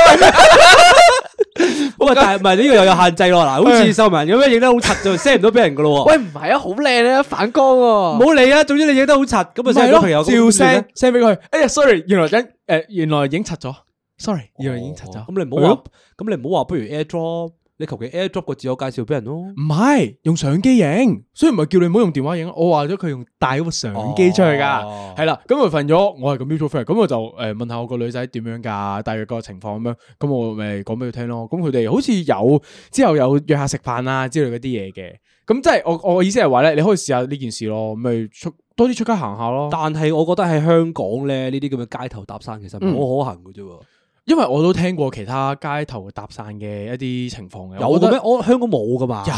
S1: 喂，啊但係唔係呢個又有限制咯？嗱，好似秀文咁樣影得好柒就 send 唔到俾人噶咯喎。
S2: 喂，唔係啊，好靚啊，反光
S1: 唔
S2: 喎。
S1: 好理啊，總之你影得好柒，咁
S3: 唔
S1: 啊 send
S3: 係
S1: 俾
S3: 咯，
S1: 朋友。
S3: 照 send send 俾佢。哎呀，sorry，原來影诶，原來影柒咗。sorry，原來影柒咗。
S1: 哦咁你唔好話，咁你唔好話，不如 AirDrop，你求其 AirDrop 個自我介紹俾人咯。
S3: 唔係用相機影，雖然唔係叫你唔好用電話影，我話咗佢用帶嗰部相機出去㗎。
S1: 哦
S3: 系啦，咁佢瞓咗，我係個 mutual friend，咁我就诶问下我個女仔點樣㗎，大約個情況咁樣，咁我咪講俾佢聽咯。咁佢哋好似有之後有約下食飯啊之類嗰啲嘢嘅，咁即係我我嘅意思係話咧，你可以試下呢件事咯，咪出多啲出街行下咯。
S1: 但係我覺得喺香港咧，呢啲咁嘅街頭搭訕其實唔好可行嘅啫喎。
S3: 因為我都聽過其他街頭搭訕嘅一啲情況嘅，
S1: 有
S3: 我覺
S1: 嘅
S3: 得
S1: 咩？我香港冇噶嘛。啊
S3: 有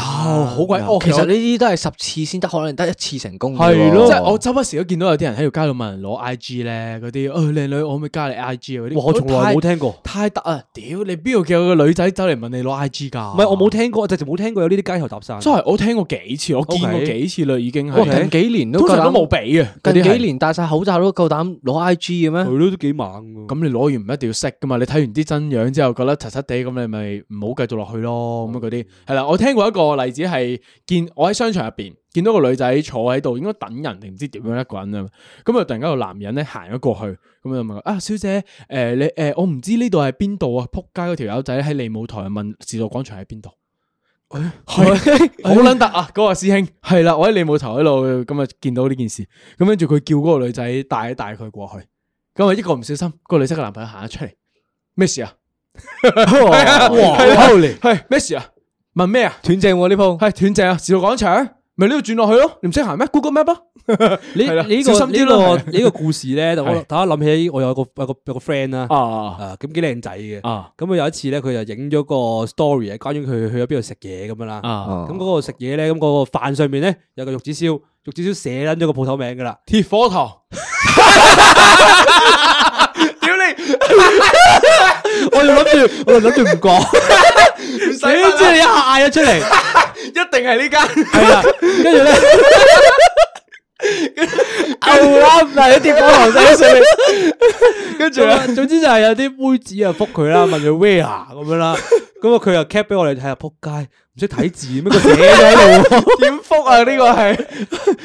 S3: 好鬼
S2: 哦
S3: 惡，
S2: 其實
S3: 實
S2: 呢啲都係十次先得，可能得一次成功嘅喎。
S3: 係咯，即係我周不時都見到有啲人喺條街度問人攞 I G 咧，嗰啲誒靚女，我可唔可以加你 I G 啊？嗰啲
S1: 哇我從來冇聽過。
S3: 太得啊！屌你邊度叫個女仔走嚟問你攞 I G 啊㗎？
S1: 唔係我冇聽過，直情冇聽過有呢啲街頭搭
S3: 真
S1: 訕。
S3: 係我聽過幾次，我見過
S1: OK
S3: 幾次啦，已經
S2: 哇近。
S3: 係
S2: 幾年都
S3: 通常
S2: 夠
S3: 都
S2: 膽
S3: 冇俾嘅，嗰
S2: 近
S3: 啲係
S2: 幾。年戴晒口罩都夠膽攞 I G 嘅咩？
S1: 佢都幾猛啊㗎。
S3: 咁你攞完唔一定要識噶嘛？你睇完啲真樣之後覺得柒柒地，咁你咪唔好繼續落去咯。咁樣嗰啲係啦，我聽過一個例子係見我喺商場入邊見到個女仔坐喺度，應該等人定唔知點樣一個人啊。咁啊，突然間個男人咧行咗過去，咁就問佢啊，小姐，誒、你誒、我唔知呢度係邊度啊？撲街嗰條友仔喺利舞台問時代廣場喺邊度。係好撚突啊！嗰個師兄係啦，我喺利舞台嗰度咁啊，見到呢件事，咁跟住佢叫嗰個女仔帶一帶佢過去，咁啊一個唔小心，個女仔嘅男朋友行咗出嚟，咩事啊？啊
S2: 哇
S3: 係啊
S2: ，Holy，
S3: 系咩事啊？問咩啊？
S2: 斷正喎呢鋪，
S3: 係斷正啊！時路廣場咪呢度轉落去咯，你唔識行咩？Google Map 啊！
S1: 你
S3: 係啦
S1: 你呢
S3: 小
S1: 個
S3: 心啲
S1: 呢
S3: 咯
S1: 個呢個故事咧，我大家諗起我有個有個有個 friend 啦，
S3: 啊
S1: 啊咁幾靚仔嘅，
S3: 啊
S1: 咁佢有一次咧，佢就影咗個 story 啊係關於佢去咗邊度食嘢咁樣啦。
S3: 啊！
S1: 咁嗰個食嘢咧，咁嗰個飯上面咧有個玉子燒，玉子燒寫撚咗個鋪頭名噶啦。
S3: 鐵火堂， 屌你！
S1: 我就諗住，我就諗住唔 講，
S3: 唔使
S1: 點知你一下嗌咗出嚟，
S3: 一定係呢間。
S1: 係啦，跟住 咧。
S2: 牛啦，唔係你跌火堂仔水，
S1: 跟住咧， 總之就係有啲妹子啊覆佢啦，問佢 where 啊咁樣 啦，咁啊佢又 cap 俾我哋睇下，仆街唔識睇字咩？佢寫咗喺度喎，
S3: 點覆啊？呢個係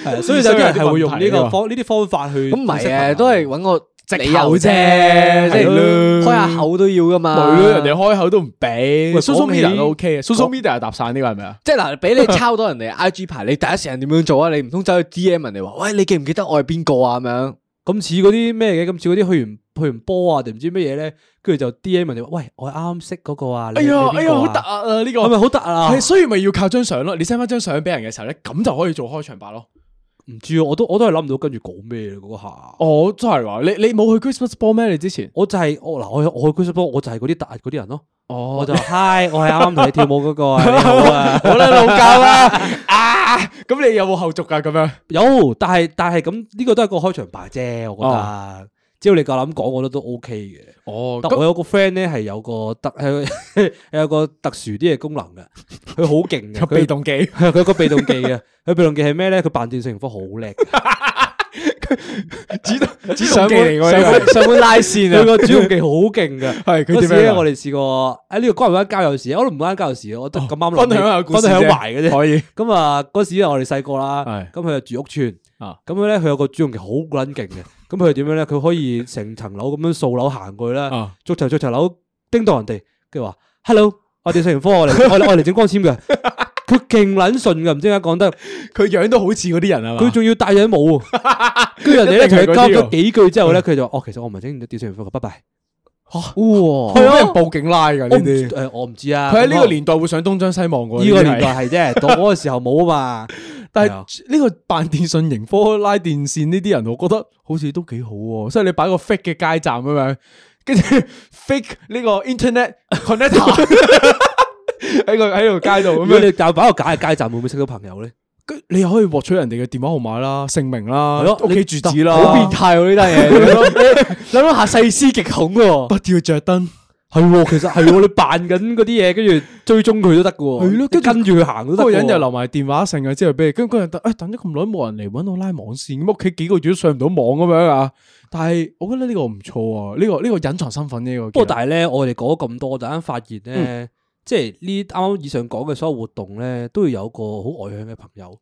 S1: 係啊所以有啲人係會用呢個方呢啲方法去
S2: 咁唔係
S1: 識朋
S2: 嘅，
S1: 友
S2: 都係揾個藉
S3: 口啫
S2: 即係
S1: 係
S3: 咯
S2: 開下口都要噶嘛，
S3: 冇咯，人哋開口都唔俾。
S1: 喂
S3: 啊 social
S1: 講起
S3: media 都 OK 啊嘅，social media 係搭散呢個係咪啊？
S2: 即係嗱，俾你抄到人哋 I G 牌，你第一時間點樣做啊？你唔通走去 D M 人哋話，喂，你記唔記得我係邊個啊？咁樣
S1: 咁似嗰啲咩嘅，咁似嗰啲去完去完波啊定唔知乜嘢咧，跟住就 D M 人哋話，喂，我啱啱識嗰個啊，你
S3: 哎呀，
S1: 你
S3: 哎
S1: 邊
S3: 呀，
S1: 個
S3: 好
S1: 啊
S3: 突啊！呢個
S1: 係咪好突啊
S3: 係，？所以咪要靠張相咯。你 send 翻張相俾人嘅時候咧，咁就可以做開場白咯。
S1: 唔知啊，我都我都係諗唔到跟住講咩啦嗰下。
S3: 哦，真係話你你冇去 Christmas ball 咩？你之前
S1: 我就係我嗱，我去我去 Chris 波，我就係嗰啲突嗰啲人咯。
S3: 哦
S1: 我就話 hi，我係啱啱同你跳舞嗰個啊，你好啊。
S3: 好啦，老教啦啊！咁你有冇後續噶咁樣？
S1: 有，但係但係咁呢個都係一個開場白啫，我覺得。只要你夠膽講，我覺得都 OK 嘅。
S3: 哦
S1: 但我有個 friend 咧係有個特 係有個特殊啲嘅功能嘅，佢好勁嘅。
S3: 有
S1: 佢
S3: 被動 技，
S1: 係佢有個被動技 嘅，佢被動技係咩咧？佢扮段成科好叻嘅，
S3: 主動主動技嚟喎呢啊個。
S2: 上門拉線
S1: 佢！個主動技好勁
S3: 係佢
S1: 嘅。啊 嗰
S3: 點
S1: 時咧，
S3: 樣啊
S1: 我？哋試過哎喺呢個關唔關交友事？啊我都唔關交友事，我得咁啱諗
S3: 哦分
S1: 起
S3: 享下故事啫
S1: 分享埋嘅啫。
S3: 可以。
S1: 咁啊，嗰時我哋細個啦
S3: 係，
S1: 咁佢就住屋村，
S3: 啊
S1: 咁樣咧佢有個主動期好撚勁嘅，咁佢點樣咧？佢可以成層樓咁樣掃樓行過去啦
S3: 啊，
S1: 逐層逐層樓叮當人哋，跟住話：hello，我哋上完科我嚟我嚟我嚟整光纖 嘅，佢勁撚順嘅，唔知點解講得，
S3: 佢樣都好似嗰啲人啊嘛。
S1: 佢仲要戴 咗帽喎，跟住人哋咧
S3: 一定係嗰啲
S1: 同佢交
S3: 喎
S1: 咗幾句之後咧，佢就話哦，其實我唔係整吊上完科嘅，拜拜。啊
S2: 哇，
S3: 哦係俾啊人報警拉㗎
S1: 我
S3: 呢
S1: 唔
S3: 啲。
S1: 誒我唔知啊，
S3: 佢喺呢
S1: 咁
S3: 個
S1: 啊
S3: 年代會上東張西望喎。
S1: 呢
S3: 呢啲係
S1: 個年代係啫，到嗰個時候冇啊嘛。
S3: 但
S1: 係啊
S3: 係呢個扮電信盈科拉電線呢啲人，我覺得好似都幾好喎。即係你擺個 fake 嘅街站咁樣，跟住 fake 呢個 internet connector 喺個喺條街度
S1: 如
S3: 咁
S1: 果
S3: 樣，
S1: 你搞擺個假嘅街站，會唔會識到朋友 咧？
S3: 跟你又可以獲取人哋嘅電話號碼啦、姓名啦
S1: 係咯、
S3: 屋企住址啦。
S2: 好變態喎呢單嘢，諗諗
S3: 啊
S2: 下細思極恐喎。
S3: 不要着燈，
S1: 系喎，其實係喎，你扮緊嗰啲嘢，跟住追蹤佢都得嘅喎。
S3: 係咯
S1: 跟跟住佢行都
S3: 嗰
S1: 得喎。
S3: 個人又留埋電話姓啊之後俾你，跟住嗰人等，誒等咗咁耐冇人嚟揾我拉網線，咁屋企幾個月都上唔到網咁樣啊！但係我覺得呢個唔錯啊，呢個呢個隱藏身份呢個。
S1: 不過但係咧，我哋講咗咁多，突然間發現咧，即係呢啱啱以上講嘅所有活動咧，都要有個好外向嘅朋友，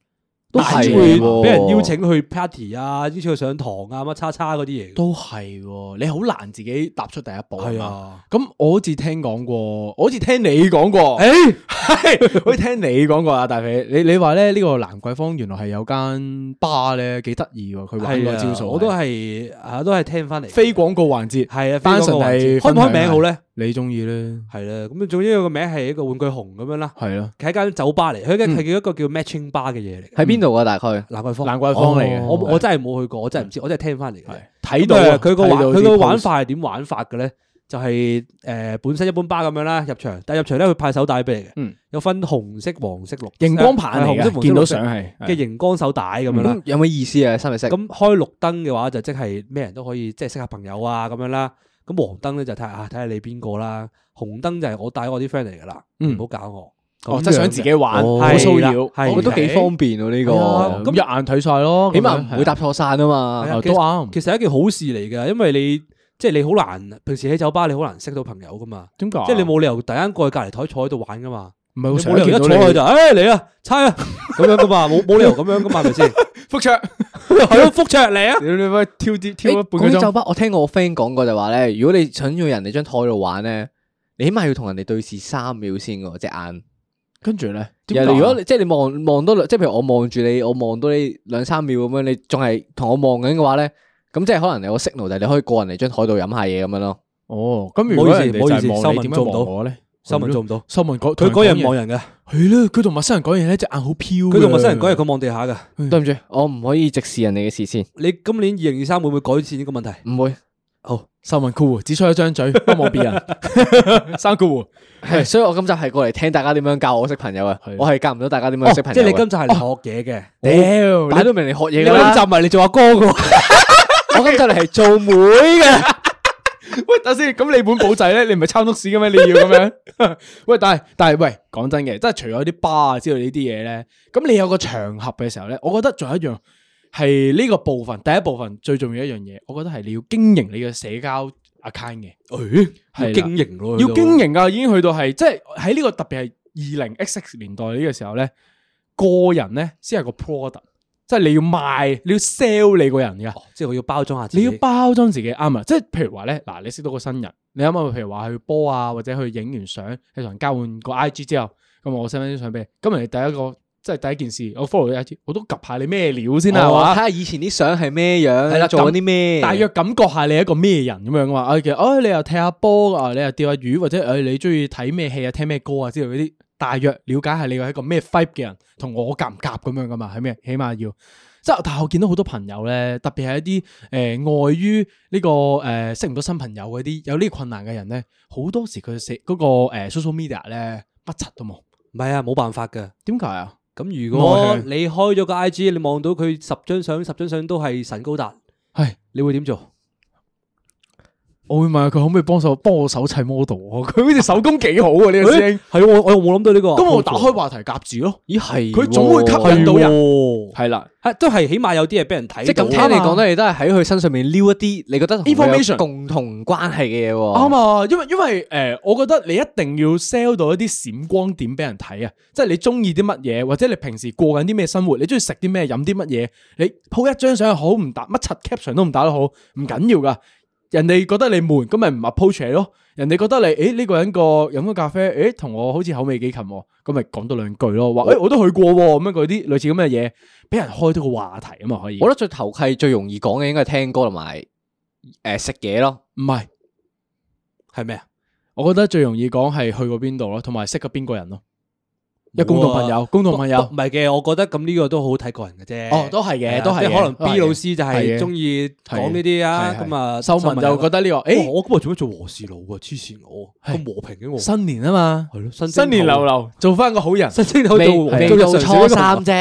S2: 都
S1: 大
S2: 係
S1: 致會
S2: 喎
S1: 俾人邀請去 party 啊，邀請去上堂啊，乜叉叉嗰啲嘢。
S3: 都係喎，你好難自己踏出第一步。
S1: 係，啊，
S3: 咁我好似聽講過，我好似聽你講過，
S1: 誒，
S3: 係好似聽你講過啊，大肥，你你話咧呢個蘭桂坊原來係有間吧咧幾得意喎，佢玩
S1: 係
S3: 個
S1: 啊
S3: 招數，
S1: 我都係啊，都係聽翻嚟。
S3: 非廣告環節，
S1: 係啊，
S3: 單純係
S1: 開唔開名好咧？
S3: 你中意咧，
S1: 係啦，咁總之個名係一個玩具熊咁樣啦，
S3: 係咯，
S1: 係一間酒吧嚟，佢係係一個叫 matching bar 嘅嘢嚟嘅。
S2: 喺邊度啊？大
S3: 嗯
S2: 概
S1: 蘭桂坊，
S3: 蘭桂坊嚟嘅，
S1: 我我真係冇去過，我真係唔知，我真係聽翻嚟嘅
S3: 係
S1: 啫。
S3: 睇
S1: 咁
S3: 到
S1: 誒
S3: 啊
S1: 佢個玩
S3: 睇到啲
S1: 佢個
S3: post
S1: 玩法係點玩法嘅咧？就係誒本身一般巴咁樣啦，入場，但係入場咧佢派手帶俾你嘅
S3: 嗯，
S1: 有分紅色、黃色、綠
S3: 熒光棒
S1: 係
S3: 嚟
S1: 紅色、
S3: 嘅，
S1: 黃
S3: 見到
S1: 色、
S3: 相
S1: 綠色
S3: 係嗯
S1: 嘅熒光手帶咁樣啦。
S2: 有咩意思啊？三日式
S1: 咁開綠燈嘅話就即係咩人都可以，即係識下朋友啊咁樣啦。咁黃燈咧就睇下啊睇下你邊個啦，紅燈就係我帶我啲 friend 嚟噶啦，
S3: 嗯
S1: 唔好搞我。
S3: 哦，即係想自己玩，
S2: 哦
S3: 好騷擾，
S1: 係啦啊
S2: 我覺得幾方便喎呢個，
S3: 咁一眼睇晒咯，
S2: 起碼唔會搭錯傘啊嘛
S1: 係。
S3: 啊
S1: 啊
S3: 都啱。
S1: 其實係一件好事嚟嘅，因為你即係你好難，平時喺酒吧你好難識到朋友噶嘛。
S3: 點解？啊
S1: 即係你冇理由突然間過去隔離台坐喺度玩噶嘛，
S3: 唔係
S1: 你
S3: 好
S1: 冇
S3: 想
S1: 理由一
S3: 見
S1: 坐
S3: 到
S1: 落去
S3: 你
S1: 就，誒嚟啊，猜啊，咁樣噶嘛，冇冇理由咁樣噶嘛，係咪先？
S3: 復卓。
S1: 係咯，福卓嚟啊！
S3: 你你咪挑啲挑
S2: 誒講
S3: 咗半個
S2: 起酒
S3: 鐘，
S2: 吧，我聽過我 friend 講過就話咧，如果你想要人哋張台度玩咧，你起碼要同人哋對視三秒先喎隻眼。
S3: 跟住咧，啊
S2: 又如果你即係你望望多兩，即係譬如我望住你，我望到你兩三秒咁樣，你仲係同我望緊嘅話咧，咁即係可能有個 signal 就係你可以過人嚟張台度飲下嘢咁樣咯。
S3: 哦，咁如果
S1: 唔好意
S3: 人
S1: 思
S3: 哋就係
S1: 唔好意思
S3: 望你
S1: 收文
S3: 點
S1: 做
S3: 樣
S1: 唔到
S3: 望我咧？
S1: 收文做唔到，
S3: 收文講
S1: 佢嗰日望
S3: 人
S1: 人嘅，
S3: 係咯，佢同陌生人講嘢咧隻眼好飄㗎。
S1: 佢同陌生 人講嘢佢望地下嘅。
S2: 對唔住，我唔可以直視人哋嘅視線，
S1: 你今年二零二三會唔會改善呢個問題？
S2: 唔會。
S1: 好，
S3: 秀文酷，只出一張嘴，不望別人。 生酷，
S2: 係， 所以我今集係過嚟聽大家點樣教我識朋友啊
S3: 係，
S2: 我係哦教唔到大家點樣識朋友
S1: 哦即
S2: 嘅。
S1: 係你今哦集係學嘢嘅。
S3: 屌
S2: 擺到明嚟學嘢
S1: 你
S2: 㗎啦
S1: 今集，唔係你做阿哥嘅喎，
S2: 我今集嚟係做妹嘅。
S3: 喂，等先，咁你本簿仔咧，你唔係抄 notes 嘅咩？你要咁樣？ 喂，但係但係，喂，講真嘅，即係除咗啲 bar 啊之類呢啲嘢咧，咁你有個場合嘅時候咧，我覺得仲有一樣係呢個部分，第一部分最重要一樣嘢，我覺得係你要經營你嘅社交 account 嘅，係
S1: 要
S3: 啦
S1: 經營咯，
S3: 要經營啊，已經去到係即係喺呢個特別係二零 X X 年代呢個時候咧，個人咧先係個 product，即係你要賣，你要 sell 你個人噶。
S1: 哦，即係我要包裝下自
S3: 你
S1: 己。
S3: 要包裝自己啱啊！即係譬如話咧，嗱，你識到個新人，你啱啱譬如話去波啊，或者去影完相，你同人交換個 I G 之後，咁我 send 翻啲相俾你。咁人哋第一個即係第一件事，我 follow 你 I G，我都及下你咩料先啊啦，係
S1: 哦
S2: 我
S3: 嘛
S2: 哦睇下以前啲相啊係咩樣，
S3: 係啦
S2: 做緊啲咩？
S3: 大約感覺下你係一個咩人咁樣噶嘛？啊，其實哦，你又踢下波啊，你又釣下魚，或者誒你中意睇咩戲啊、聽咩歌啊之類嗰啲，大約了解下你係一個咩 type 嘅人，同我夾唔夾咁樣噶嘛？係咩？起碼要即係，但係我見到好多朋友咧，特別係一啲誒、呃、礙於呢、個誒、呃、識唔到新朋友嗰啲有呢啲困難嘅人咧，好多時佢寫嗰個誒 social media 咧不柒都冇，
S1: 唔係啊，冇辦法嘅。
S3: 點解啊？
S1: 咁如果
S3: 內向
S1: 你開咗個 I G，你望到佢十張相，十張相都係神高達，
S3: 係
S1: 你會點做？
S3: 我會問下佢可唔可以幫手幫我手砌 model 啊？佢好似手工幾好啊！呢個師
S1: 係
S3: 兄，
S1: 我我又冇諗到呢個。
S3: 咁我打開話題夾住咯。
S2: 咦係喎，
S3: 佢總會吸引到人
S1: 人，
S3: 系啦，
S1: 啊都係起碼有啲嘢俾人睇
S2: 即係
S1: 到
S2: 咁
S1: 啊。
S2: 聽你講得，你都係喺佢身上面撩一啲你覺得同佢
S3: Information
S2: 有共同關係嘅嘢喎。
S3: 啱啊，因為因為诶、呃我覺得你一定要 sell 到一啲閃光點俾人睇啊，即係你中意啲乜嘢，或者你平時過緊啲咩生活，你中意食啲咩，飲啲乜嘢，你 po 一張相又好，唔打乜柒 caption 都唔打得好，唔緊要噶。人哋覺得你悶，咁咪唔 approach 你咯。人哋覺得你，诶呢、個人個飲咗咖啡，诶同我好似口味幾近喎，咁咪講多兩句咯。話诶、欸我都去過喎，咁樣嗰啲類似咁嘅嘢，俾人開到個話題啊嘛，可以。
S2: 我覺得最投契最容易講嘅應該係聽歌同埋誒食嘢咯。
S3: 唔係，
S1: 係咩啊？
S3: 我覺得最容易講係去過邊度咯，同埋識咗邊個人咯。一共同朋友，共同朋友
S1: 唔，係嘅，我覺得咁呢個都好睇個人嘅啫。
S3: 哦，都係
S1: 係
S3: 嘅，
S1: 啊
S3: 都係
S1: 即
S3: 嘅。
S1: 係可能
S3: 都係嘅
S1: B 老師就
S3: 係
S1: 係
S3: 嘅
S1: 中意講呢啲啊，
S3: 係嘅
S1: 咁啊，
S3: 秀文就覺得呢個，哦
S1: 哇
S3: 誒，
S1: 我今日做咩做和事佬啊？黐線我
S3: 係
S1: 咁和平嘅我，
S3: 新年啊嘛，
S1: 係咯，新
S3: 新年流
S1: 啦，
S3: 流，做翻個好人。
S1: 新蒸頭做
S2: 未
S1: 做
S2: 未到
S1: 日常
S2: 初
S1: 小
S2: 三
S1: 工
S2: 啫，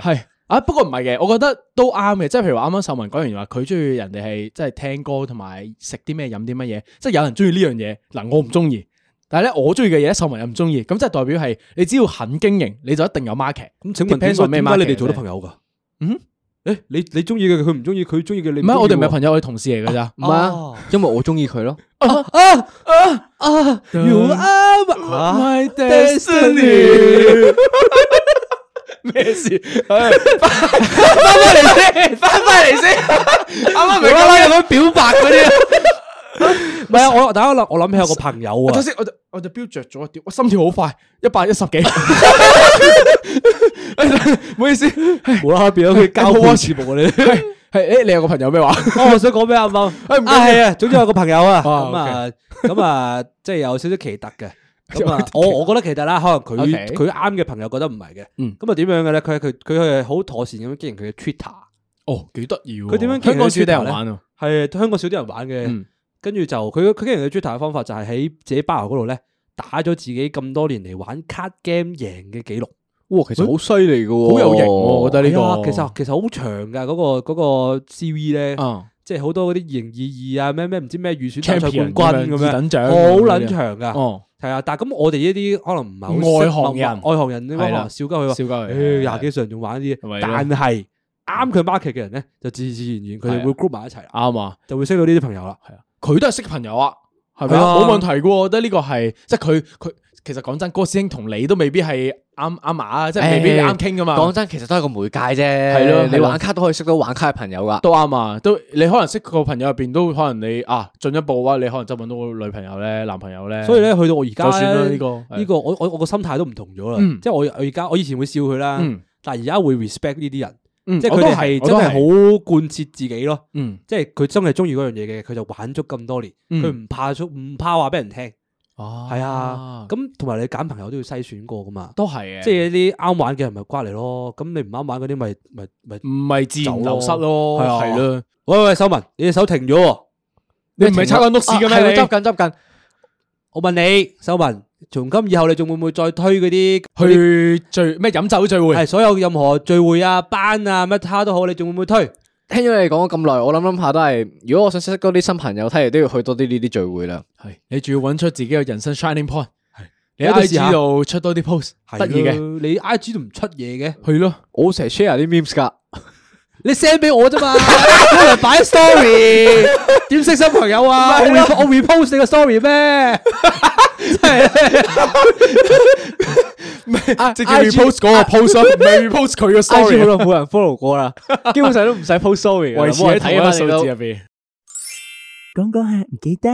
S3: 係啊，不過唔係嘅，我覺得都啱嘅。即係譬如話啱啱秀文講完話，佢中意人哋係即係聽歌同埋食啲咩飲啲乜嘢，即係有人中意呢樣嘢，嗱我唔中意，但係咧我中意嘅嘢，秀文又唔中意，咁即係代表係你只要肯經營，你就一定有 market。
S1: 咁請問
S3: Depends
S1: 點解
S3: on 咩
S1: 點解你
S3: market
S1: 哋做得
S3: 啫
S1: 朋友噶？
S3: 嗯，
S1: 誒你你中意嘅佢唔中意，佢中意嘅你
S3: 唔係，我哋唔係
S1: 朋
S3: 朋友，我哋同事嚟㗎咋。
S2: 唔係啊
S1: 哦，
S2: 因為我中意佢咯。
S1: 友啊
S3: My
S1: Destiny
S3: 咩事？翻翻嚟先，翻翻嚟先。啱啱咪講
S1: 咁樣表白嗰
S3: 啊
S1: 啲。唔係啊，我大家諗，我諗起有個朋友
S3: 我
S1: 啊
S3: 頭，先我就我就標着咗，屌！我心跳好快，一百一十 幾。唔 好意思，係
S1: 無啦啦變咗佢交
S3: 冇
S1: 配
S3: watch
S1: 節目你。
S3: 係誒，你有個朋友咩話？
S1: 哦，我想講俾阿媽，
S3: 哎唔該
S1: 啊係啊，總之有個朋友 啊，
S3: 哦
S1: 咁啊咁啊，即係有少少奇特 嘅。咁
S3: 有
S1: 啊
S3: 啲，
S1: 我我覺得奇特啦，可能佢
S3: OK
S1: 佢啱嘅朋友覺得唔係嘅。
S3: 嗯
S1: 咁啊點樣嘅咧？佢佢佢係好妥善咁經營佢嘅 Twitter，
S3: 哦，幾得意喎！
S1: 佢點樣
S3: 香港
S1: 見
S3: 少
S1: 佢
S3: 啲人
S1: Twitter 呢
S3: 玩啊？
S1: 係香港少啲人玩嘅。
S3: 嗯，
S1: 跟住就佢佢經營佢 Twitter 嘅方法就係喺自己包郵嗰度咧，打咗自己咁多年嚟玩 card game 贏嘅記錄。
S2: 哇，其實好犀利嘅喎，
S3: 好有型喎，我覺得呢
S1: 係啊
S3: 個
S1: 其實其實好長㗎嗰個嗰個 CV 咧。
S3: 啊
S1: 即係好多嗰啲二零二二啊，咩咩唔知咩預選大賽
S3: champion
S1: 冠軍咁
S3: 二
S1: 樣，
S3: 等獎，
S1: 好撚長噶，
S3: 哦，
S1: 係啊。但係咁我哋呢啲可能唔係好識
S3: 外行人
S1: 外行人應該可
S3: 係啦
S1: 能少鳩佢話，
S3: 笑鳩
S1: 誒
S3: 佢
S1: 廿幾歲人仲玩呢啲
S3: 咪，咯
S1: 但係啱佢 market 嘅人咧，就自自然然佢
S3: 係
S1: 哋
S3: 啊
S1: 會 group 埋一齊啦，
S3: 啱啊！
S1: 就會識到呢啲朋友啦。
S3: 系啊，佢都系识朋友啊，系咪
S1: 係
S3: 啊？
S1: 啊
S3: 冇问题噶，我觉得呢个系即系佢佢其实讲真，嗰、個个师兄同你都未必系啱啱牙啊，即系未必啱倾噶嘛。
S2: 講真，其實都係個媒介啫。
S3: 係咯係咯
S2: 你玩卡都可以識到玩卡嘅朋友噶。
S3: 都啱啊，都你可能识个朋友入边都可能你啊进一步啊，你可能真係搵到個女朋友咧、男朋友咧。
S1: 所以咧，去到我而家
S3: 啊就算啦
S1: 咧
S3: 呢、個
S1: 呢個我我我個心態都唔同咗啦。
S3: 嗯
S1: 即係我我而家我以前會笑佢啦，
S3: 嗯
S1: 但係而家會 respect 呢啲人，
S3: 嗯
S1: 啊即係
S3: 我
S1: 佢
S3: 都
S1: 哋
S3: 係
S1: 係
S3: 我
S1: 真
S3: 都
S1: 係
S3: 係
S1: 好貫徹自己咯。
S3: 嗯，
S1: 即係佢真係中意嗰樣嘢嘅，佢就玩足咁多年，
S3: 嗯
S1: 佢唔怕出，唔怕話俾人聽。
S3: 哦
S1: 係啊，咁同埋你揀朋友都要篩選過噶嘛，
S3: 都係嘅，
S1: 即係啲啱玩嘅人咪瓜嚟咯，咁你唔啱玩嗰啲咪咪咪，
S3: 唔係自然流失咯，
S1: 係啊
S3: 係咯，
S1: 喂喂，秀文，你隻手停咗喎，
S3: 你唔係抽緊督屎嘅
S2: 啊係
S3: 咩？
S2: 喎
S3: 你
S2: 執緊執緊，
S1: 我問你，秀文，從今以後你仲會唔會再推嗰啲
S3: 去聚咩飲酒聚會？
S1: 係所有任何聚會啊、班啊、乜他都好，你仲會唔會推？
S2: 聽咗你講咗咁耐，我諗諗下都係，如果我想識多啲新朋友，睇嚟都要去多啲呢啲聚會啦。
S3: 係你仲要揾出自己嘅人生 shining point，你
S1: 喺
S3: 喺
S1: 度試
S3: IG
S1: 下
S3: 度出多啲 post，得意嘅，
S1: 係咯，你 I G 都唔出嘢嘅，
S3: 係咯，
S2: 我成日 share 啲 memes 噶，
S1: 你 send 俾我啫嘛，你嚟擺 story，點識新朋友啊？我 re- 我 repost 你個 story 咩？
S2: 啊
S3: 即係 repost 嗰個 post 咯，唔係 repost 佢個
S2: I G
S3: story
S2: 好
S3: 咯，
S2: 耐冇人 follow 過啦，基本上都唔使 post story 嘅，
S3: 維持
S2: 冇人
S3: 喺同
S2: 睇
S3: 一
S2: 啊
S3: 個
S2: 嘛
S3: 數
S2: 你都
S3: 字入邊。
S4: 講講下唔記得。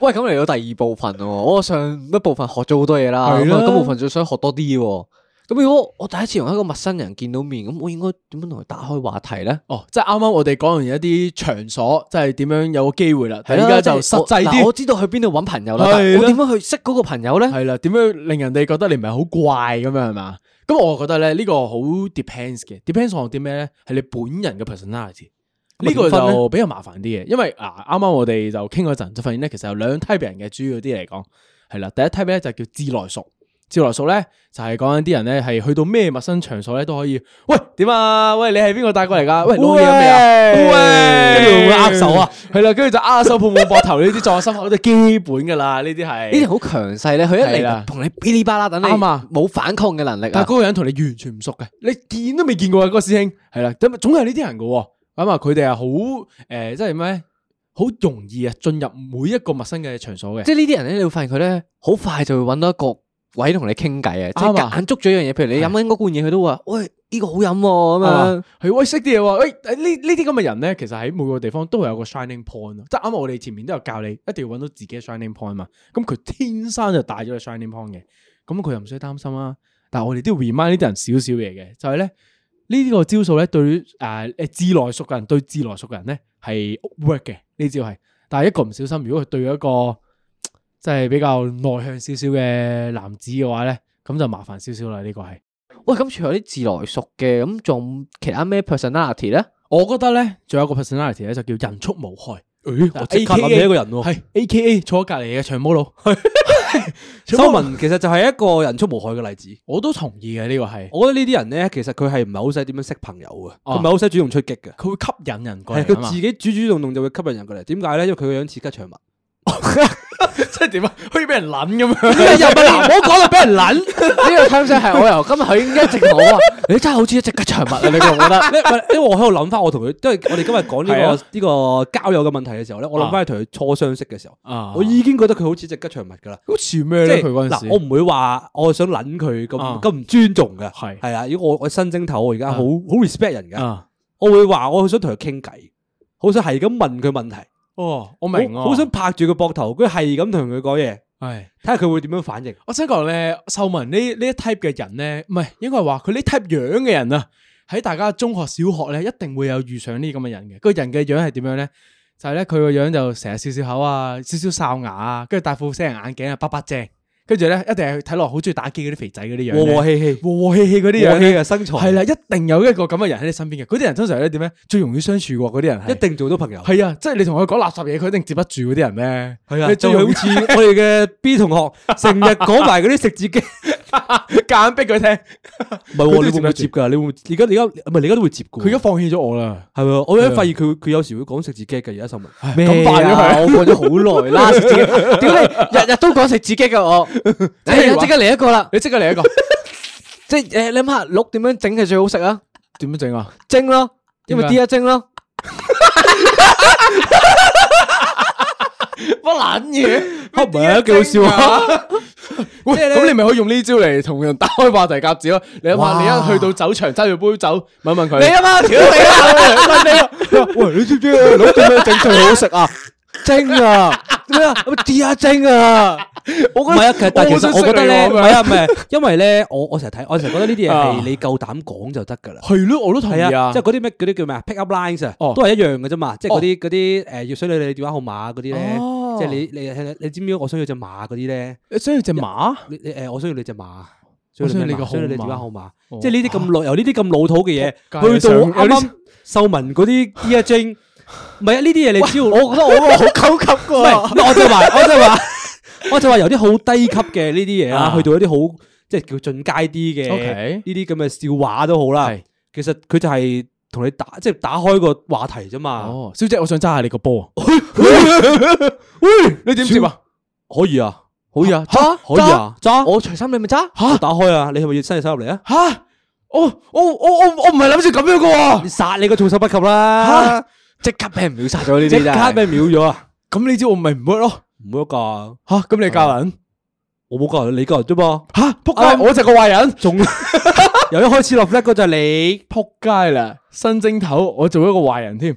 S2: 喂，咁嚟到第二部分喎，我上嗯一部分學咗好多嘢啦，
S3: 係
S2: 咁
S3: 啦
S2: 啊今部分仲想學多啲喎。咁如果我第一次同一個陌生人見到面，咁我應該點樣同佢打開話題咧？
S3: 哦，即係啱啱我哋講完一啲場所，即係點樣有個機會啦。
S2: 係
S3: 但係
S2: 啦
S3: 而家
S2: 即
S3: 就
S2: 係
S3: 實
S2: 我
S3: 際
S2: 嗱我
S3: 啲，
S2: 知道去邊度揾朋友啦，
S3: 係
S2: 但我
S3: 啦
S2: 點樣去識嗰個朋友咧？
S3: 係啦，點樣令人哋覺得你唔係好怪咁樣係嘛？咁我覺得咧呢個好 depends 嘅，depends on 啲咩咧？係你本人嘅 personality。呢個就比較麻煩啲嘅，因為啊啱啱我哋就傾嗰陣就發現咧，其實有兩 type 人嘅，主要啲嚟講係啦。第一 type 咧就叫自來熟，自來熟咧就係講緊啲人咧係去到咩陌生場所咧都可以，喂點啊？喂你係邊個帶過嚟㗎？喂攞嘢未啊？喂，
S1: 跟住會唔會握手啊？
S3: 係啦，跟住就握手抱抱膊頭呢啲撞心口都基本㗎啦，呢啲係
S2: 呢啲好強勢咧，佢一
S3: 係啦
S2: 嚟同你噼里啪啦，等你
S3: 啱啊
S2: 冇反抗嘅能力
S3: 但
S2: 啊！
S3: 係嗰個人同你完全唔熟嘅，你見都未見過嘅啊嗰個師兄，係啦，咁啊總有呢啲人嘅喎。咁啊，佢哋係好誒，即係咩？好容易啊，進入每一個陌生嘅場所嘅。
S2: 即係呢啲人咧，你會發現佢咧好快就會揾到一個位同你傾偈啊！即係
S3: 啱啊
S2: 夾硬捉咗一樣嘢，譬如你飲緊嗰罐嘢，佢都話：喂，呢個好飲喎咁
S3: 啊
S2: 樣。，
S3: 係喂識啲嘢喎，喂呢呢啲咁嘅人咧，其實喺每個地方都會有個 shining point 咯，即係啱啱我哋前面都有教你，一定要揾到自己嘅 shining point 嘛。咁佢天生就帶咗個 shining point 嘅，咁佢又唔需要擔心啦。但係我哋都要 remind 呢啲人少少嘢嘅，就係咧呢啲個招數咧對於啊誒誒自來熟嘅人對自來熟嘅人咧係 work 嘅呢招係，但係一個唔小心，如果佢對一個即係比較內向少少嘅男子嘅話咧，咁就麻煩少少啦，呢個係。
S2: 喂，咁除咗啲自來熟嘅，咁仲其他咩 personality 咧？
S3: 我覺得咧，仲有一個 personality 咧，就叫人畜無害。
S1: 誒，我即刻諗起一個人喎。
S3: 係 A K A 坐喺隔離嘅長毛佬，
S1: 修文其實就係一個人畜無害嘅例子。
S3: 我都同意嘅呢個係，
S1: 我覺得呢啲人咧，其實佢係唔係好識點樣識朋友嘅，
S3: 啊
S1: 佢唔係好識主動出擊嘅。
S3: 佢會吸引人過
S1: 係
S3: 嚟啊
S1: 佢
S3: 嘛
S1: 自。己主主動動就會吸引人過嚟。點解咧？因為佢個樣似吉 祥物。
S3: 即係點啊？ 好似俾人撚咁樣。
S1: 又咪哎嗱，唔好講到俾 人撚。
S2: 呢個 term 係我由今日佢已經一直同 我話，啊你真係好似一隻吉祥物啊！你覺唔覺得？
S1: 因為我喺度諗翻，我同佢，因為我哋今日講呢
S3: 係啊
S1: 個呢個交友嘅問題嘅時候咧，我諗翻去同佢初相識嘅時候，
S3: 啊
S1: 我已經覺得佢好似只吉祥物㗎啦。
S3: 好似咩
S1: 即
S3: 咧？
S1: 係
S3: 佢嗰陣時，
S1: 嗱，我唔會話我想撚佢
S3: 啊
S1: 咁咁唔尊重嘅，
S3: 係
S1: 係啊。如果我我新正頭，我而家好好 respect 人㗎，
S3: 啊，
S1: 我會話我好想同佢傾偈，好想係咁問佢問題。
S3: 哦，我明啊，
S1: 好好想拍住佢膊頭，佢係咁同佢講嘢，
S3: 係。
S1: 睇下佢會點樣反應。
S3: 我想講咧，秀文呢呢一 type 嘅人咧，唔係應該係話佢呢 type 樣嘅人啊，喺大家中學、小學咧，一定會有遇上呢啲咁嘅人嘅。個人嘅樣係點樣咧？就係咧，佢個樣就成日笑笑口啊，少少哨牙啊，跟住戴副死人眼鏡啊，白白淨，跟住咧一定係睇落好中意打機嗰啲肥仔嗰啲樣
S1: 和
S3: 呢，
S1: 和氣氣，
S3: 和和氣氣嗰啲
S1: 和
S3: 樣
S1: 和氣
S3: 呢，
S1: 嘅身材
S3: 係啦，一定有一個咁嘅人喺你身邊嘅。嗰啲人通常咧點咧，最容易相處喎。嗰啲人係
S1: 一定做到朋友。
S3: 係啊，即係你同佢講垃圾嘢，佢一定接得住嗰啲人咧。
S1: 係啊，
S3: 你
S1: 就
S3: 最
S1: 好
S3: 容易
S1: 似我哋嘅 B 同學成日講埋嗰啲食字機，唔
S3: 夾硬逼佢聽。
S1: 係
S3: 佢都
S1: 喎， 你會唔會
S3: 接
S1: 接㗎？你會唔會而家而家唔係你而家都會接㗎喎？
S3: 佢而家放棄咗我啦。
S1: 係咪啊？我而
S3: 係啊
S1: 家發現佢佢有時會講食字機嘅，而家 新聞
S2: 咩
S3: 咁 快咗
S2: 啊？
S3: 佢
S2: 我講咗好耐啦，食自己。屌你，日日都講食自己嘅我， 哎即刻嚟一個啦！
S3: 你即刻嚟一個，
S2: 即係誒，你諗下鹿點樣整係最好食啊？
S3: 點樣整啊？
S2: 蒸咯，因為
S3: 點解啊
S2: D 一蒸咯。
S3: 乜撚嘢？
S1: 嚇唔係啊，幾好笑啊！
S3: 喂，
S1: 即係咧
S3: 咁你咪可以用呢招嚟同人打開話題夾子咯。你諗下，你一去到酒場揸住杯酒，問一問佢，
S2: 你啊嘛，屌 你
S3: 아, 네,
S2: 啊！
S1: 喂，你知唔知啊？攞點樣整最好食啊？
S2: 蒸啊！
S1: 咩啊？咁跌下精啊！ 我唔係啊，其實但係其實
S3: 我好想
S1: 我覺得咧，
S3: 識
S1: 唔
S3: 你喎
S1: 係啊，唔 係，因為咧，我我成日睇，我成日覺得呢啲嘢
S3: 啊
S1: 係你夠膽講就得㗎啦。
S3: 系咯，我都同意
S1: 係
S3: 啊，
S1: 啊，即係嗰啲咩嗰啲叫咩啊？pick up lines 啊，
S3: 哦
S1: 都係一樣嘅啫嘛。即係嗰
S3: 哦
S1: 啲嗰啲誒，要需要你電話號碼嗰啲咧，
S3: 哦
S1: 即係你你你你知唔知我需要只馬嗰啲咧？
S3: 你需要只马，
S1: 你你誒，我需要你只馬，
S3: 我需要你
S1: 咩馬
S3: 個
S1: 需要你
S3: 號
S1: 電話
S3: 碼
S1: 號碼。
S3: 哦
S1: 即係呢啲咁老由呢啲咁老土嘅嘢，
S3: 仆
S1: 去
S3: 街
S1: 到
S3: 上
S1: 啱
S3: 有
S1: 啱
S3: 啲
S1: 秀文嗰啲 Dear Jane，唔係啊呢啲嘢你只要我
S2: 我覺得我嗰個好高級
S1: 唔
S3: 啊
S2: 㗎喎。
S1: 係，我就話我就話我就話由啲好低級嘅呢啲嘢啦，
S3: 啊
S1: 去到一啲好即係叫進階啲嘅
S3: OK
S1: 呢啲咁嘅笑話都好啦
S3: 係。
S1: 其實佢就係同你打即係打開個話題啫嘛。
S3: 哦，小姐，我想揸下你個波啊！你點接啊？
S1: 可以啊，
S2: 好嘢啊，
S3: 嚇
S1: 可以啊，揸
S2: 我除衫你咪揸。
S1: 吓打開啊，你係咪要伸隻手入嚟啊？
S3: 吓，我我我我我唔係諗住咁樣噶
S1: 你殺你個措手不及啦，
S2: 啊即刻俾人秒殺咗呢啲真
S1: 即刻
S2: 係
S1: 俾秒咗啊！
S3: 咁你知我咪唔 work 咯？
S1: 唔好㗎，
S3: 吓，咁你教人
S1: 我冇教人，你教人啫嘛。
S3: 吓，仆
S1: 啊
S3: 街，我就個壞人，
S1: 仲 由一開始落 flag 嗰就係你。
S3: 仆街啦，新正頭，我做一個壞人添。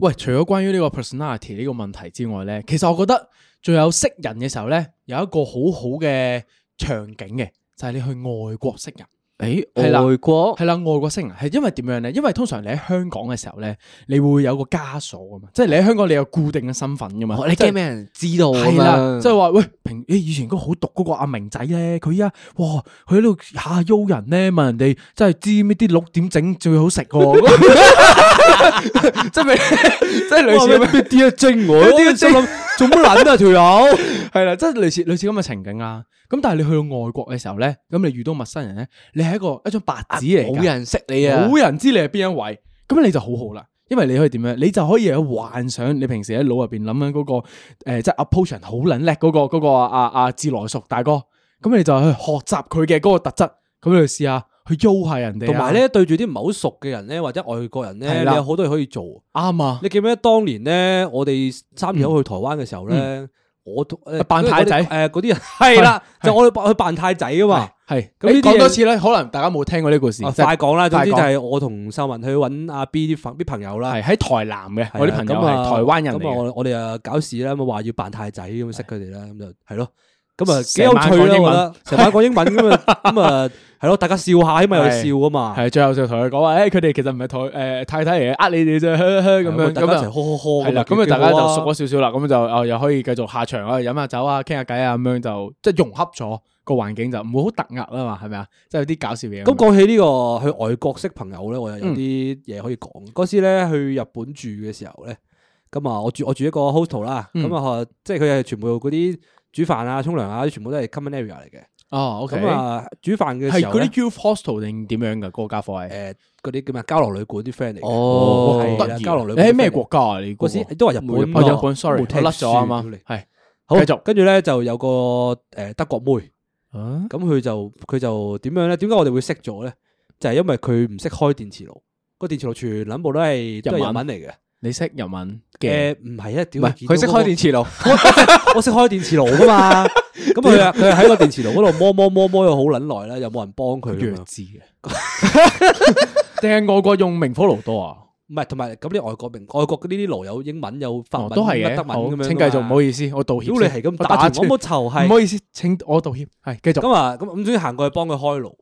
S3: 喂，除咗關於呢個 personality 呢個問題之外咧，其實我覺得仲有識人嘅時候咧，有一個好好嘅場景嘅，就係你去外國識人。係啦
S2: 誒，外國
S3: 系啦，外國星人係因為點樣咧？因為通常你喺香港嘅時候咧，你會有個枷鎖啊嘛，即係你喺香港你有固定嘅身份噶嘛。
S2: 哦你驚俾啊人知道
S3: 系
S2: 係
S3: 啦，即
S2: 係
S3: 啊係話喂，平诶以前嗰個好毒嗰個阿明仔咧，佢依家哇，佢喺度下下邀人咧，問人哋真係知咩啲鹿點整最好食 喎， 即係咪即係類似咁樣
S1: 咩啲一精
S2: 啊
S1: 我，啲一精做乜撚啊 條友？
S3: 系啦，即係類似類似咁嘅情景啦。咁但係你去到外國嘅時候咧，咁你遇到陌生人咧，你係一個一張白紙嚟㗎
S2: 冇人識你啊！
S3: 冇人知你係邊一位，咁你就好好啦。因為你可以點樣，你就可以有幻想你平時喺腦入邊諗緊嗰個誒、呃即係 approach 人好撚叻嗰個嗰、個啊啊自來熟大哥，咁你就去學習佢嘅嗰個特質，咁你去試下去邀下人哋啊，
S1: 同埋咧，對住啲唔係好熟嘅人咧，或者外國人咧，
S3: 係
S1: 你
S3: 啦
S1: 有好多嘢可以做。
S3: 啱啊，
S1: 你記唔記得當年咧，我哋三條友去台灣嘅時候咧，我同誒
S3: 嗯扮太仔
S1: 誒嗰啲人係啦，
S3: 係
S1: 就我哋去扮太仔啊嘛。
S3: 係
S1: 咁
S3: 咁
S1: 呢啲
S3: 你
S1: 嘢
S3: 講多次咧，可能大家冇聽過呢個故事，
S1: 啊
S3: 即係
S1: 快講啦，總之就
S3: 哦快講
S1: 係我同秀文去揾阿 B 啲朋啲朋友啦。
S3: 係喺台南嘅，我啲朋友
S1: 咁
S3: 係
S1: 啊
S3: 台灣人嚟
S1: 咁啊
S3: 嘅，
S1: 我我哋啊搞事啦，咁啊話要扮太仔咁識佢哋啦，咁就係咯。咁啊幾
S3: 成
S1: 有
S3: 晚
S1: 趣
S3: 講
S1: 啦，
S3: 英
S1: 我覺
S3: 文
S1: 得成晚講英文咁啊，咁啊係咯，大家笑下，起碼有嘢笑啊嘛。
S3: 係最後就同佢講話，誒佢哋其實唔係台誒太太嚟嘅，呃你哋啫，呵呵咁樣
S1: 大家
S3: 咁
S1: 一齊
S3: 啊
S1: 呵。呵呵
S3: 系啦，咁啊大家就熟咗少少啦，咁就哦又可以繼續下場啊，飲下酒啊，傾下偈啊，咁樣就即係融洽咗個環境就唔會好突兀啊嘛，係咪啊？即係有啲搞笑嘢
S1: 咁
S3: 咁樣。
S1: 講起呢個去外國識朋友咧，我又有
S3: 嗯
S1: 啲嘢可以講。嗰時咧去日本住嘅時候咧，咁啊我住我住一個 hostel 啦，
S3: 嗯
S1: 咁啊即係佢係全部嗰啲煮飯啊、沖涼啊，全部都係 common area 嚟嘅。
S3: 哦，OK，
S1: 咁啊煮飯嘅
S3: 係
S1: 時候
S3: 嗰
S1: 咧
S3: 啲 youth hostel 定點樣噶？嗰個家課係
S1: 誒嗰啲叫咩交流旅館啲 friend 嚟嘅。
S2: 哦
S1: 係
S3: 得
S1: 啦
S3: 意啊
S1: 交流旅
S3: 你
S1: 館
S3: 喺咩
S1: friend 嚟嘅
S3: 國家啊？你
S1: 嗰
S3: 時
S1: 時都話日本
S3: 哦，
S1: 喎
S3: 日本，sorry，
S1: 冇
S3: 我
S1: 聽
S3: 甩咗啊嘛
S1: 書，
S3: 係
S1: 好，
S3: 繼續
S1: 跟住咧就有個誒德國妹，
S3: 啊，
S1: 咁佢就佢就點樣咧？點解我哋會識咗咧？就係因為佢唔識開電磁爐，個電磁爐全撚部都係都係
S3: 日
S1: 日
S3: 文
S1: 文嚟嘅。
S3: 你識日文嘅
S1: 誒唔係啊，
S2: 唔
S1: 屌
S2: 係佢識開電，磁爐，
S1: 我我識開電磁爐噶嘛。咁佢啊佢喺個電磁爐嗰度摸摸摸摸咗好撚耐啦，又冇人幫佢咁
S3: 弱
S1: 樣。
S3: 智嘅，定係外國用明火爐多啊？
S1: 唔係，同埋咁啲外國名外國嗰啲啲爐有英文有法
S3: 哦
S1: 文，
S3: 都係嘅，
S1: 德
S3: 好
S1: 文咁樣。
S3: 請繼續，唔好。意思，我道歉先。
S1: 屌你係咁
S3: 我
S1: 打
S3: 打
S1: 斷我冇仇係
S3: 唔。好意思，請我道歉。係繼續。
S1: 咁啊，咁咁終於行過去幫佢開爐，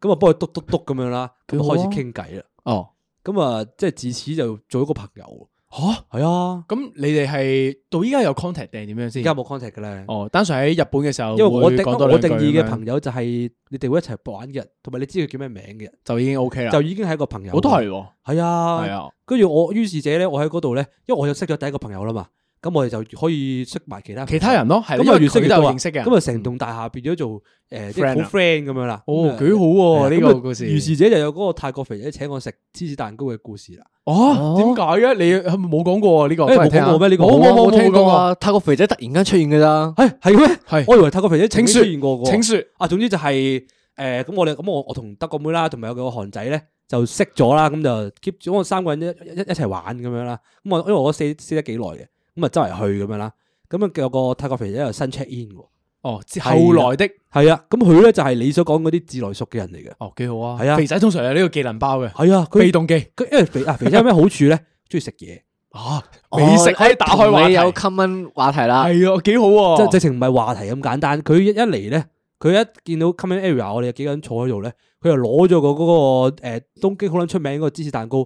S1: 咁啊幫佢篤篤篤咁樣啦，
S3: 幾
S1: 咁
S3: 好啊
S1: 開始傾偈啦。
S3: 哦，
S1: 咁啊，即係自此就做一個朋友。
S3: 吓，
S1: 係啊，
S3: 咁你哋係到依家有 contact 定係點樣
S1: 而
S3: 先？
S1: 家冇 contact 嘅咧，
S3: 哦，單純喺日本嘅時候，
S1: 因為我定
S3: 定多
S1: 我
S3: 兩
S1: 定
S3: 句
S1: 義
S3: 咁
S1: 嘅
S3: 樣
S1: 朋友就係你哋會一齊玩嘅人，同埋你知佢叫咩名嘅人，
S3: 就已經 OK 啦。
S1: 就已經係一個朋友。
S3: 我都係，喎，
S1: 係
S3: 係
S1: 啊。
S3: 啊，
S1: 跟住我於是者咧，我喺嗰度咧，因為我又識咗第一個朋友啦嘛，咁我哋就可以識埋其他朋友
S3: 其他人咯，係啦
S1: 咁啊，
S3: 因為
S1: 越識
S3: 佢
S1: 越
S3: 都
S1: 多
S3: 有
S1: 啊
S3: 認識嘅人。
S1: 咁啊，成棟大廈變咗做誒即
S3: Friend
S1: 係
S3: 啊
S1: 好 friend 咁樣啦。咁
S3: 哦
S1: 啊，
S3: 幾好
S1: 係啊
S3: 喎呢
S1: 咁
S3: 個
S1: 啊
S3: 故事。
S1: 於是者就有嗰個泰國肥仔請我食芝士蛋糕嘅故事啦。
S3: 哦，點解嘅？你係咪冇講過啊呢個？
S1: 誒
S3: 翻嚟
S1: 冇
S3: 聽下
S1: 講過咩呢個
S3: 冇
S1: 冇啊
S3: 冇冇
S2: 聽
S3: 聽
S2: 過
S3: 過啊！
S2: 啊！泰國肥仔突然間出現㗎咋？
S1: 係係咩？
S3: 係
S1: 我以為泰國肥仔曾
S3: 請
S1: 經
S3: 說
S1: 出現過嘅。
S3: 請説
S1: 啊，總之就係誒咁，我哋咁我我同德國妹啦，同埋有個韓仔咧就識咗啦，咁就 keep 住我三個人一一一一齊玩咁樣啦。咁我因為我四四得幾耐嘅，咁啊周圍去咁樣啦。咁啊有個泰國肥仔又新 check in 喎。
S3: 哦，之
S1: 係
S3: 後
S1: 啦
S3: 來的
S1: 係啊，咁佢咧就係你所講嗰啲自來熟嘅人嚟嘅。
S3: 哦幾好啊！
S1: 係啊
S3: 肥仔通常有呢個技能包嘅，
S1: 係啊，佢
S3: 被動技
S1: 佢因為肥啊肥仔有咩好處咧？中意食嘢，
S3: 啊，美食可以打开
S2: 同
S3: 话
S2: 你
S3: 题，
S2: 有 common 話題啦，
S3: 系啊，几好喎，
S1: 即係直情唔係話題咁簡單。佢一一嚟咧，佢一見到 common area，我哋有幾個人坐喺度咧，佢就攞咗個嗰個誒東京好撚出名嗰個芝士蛋糕，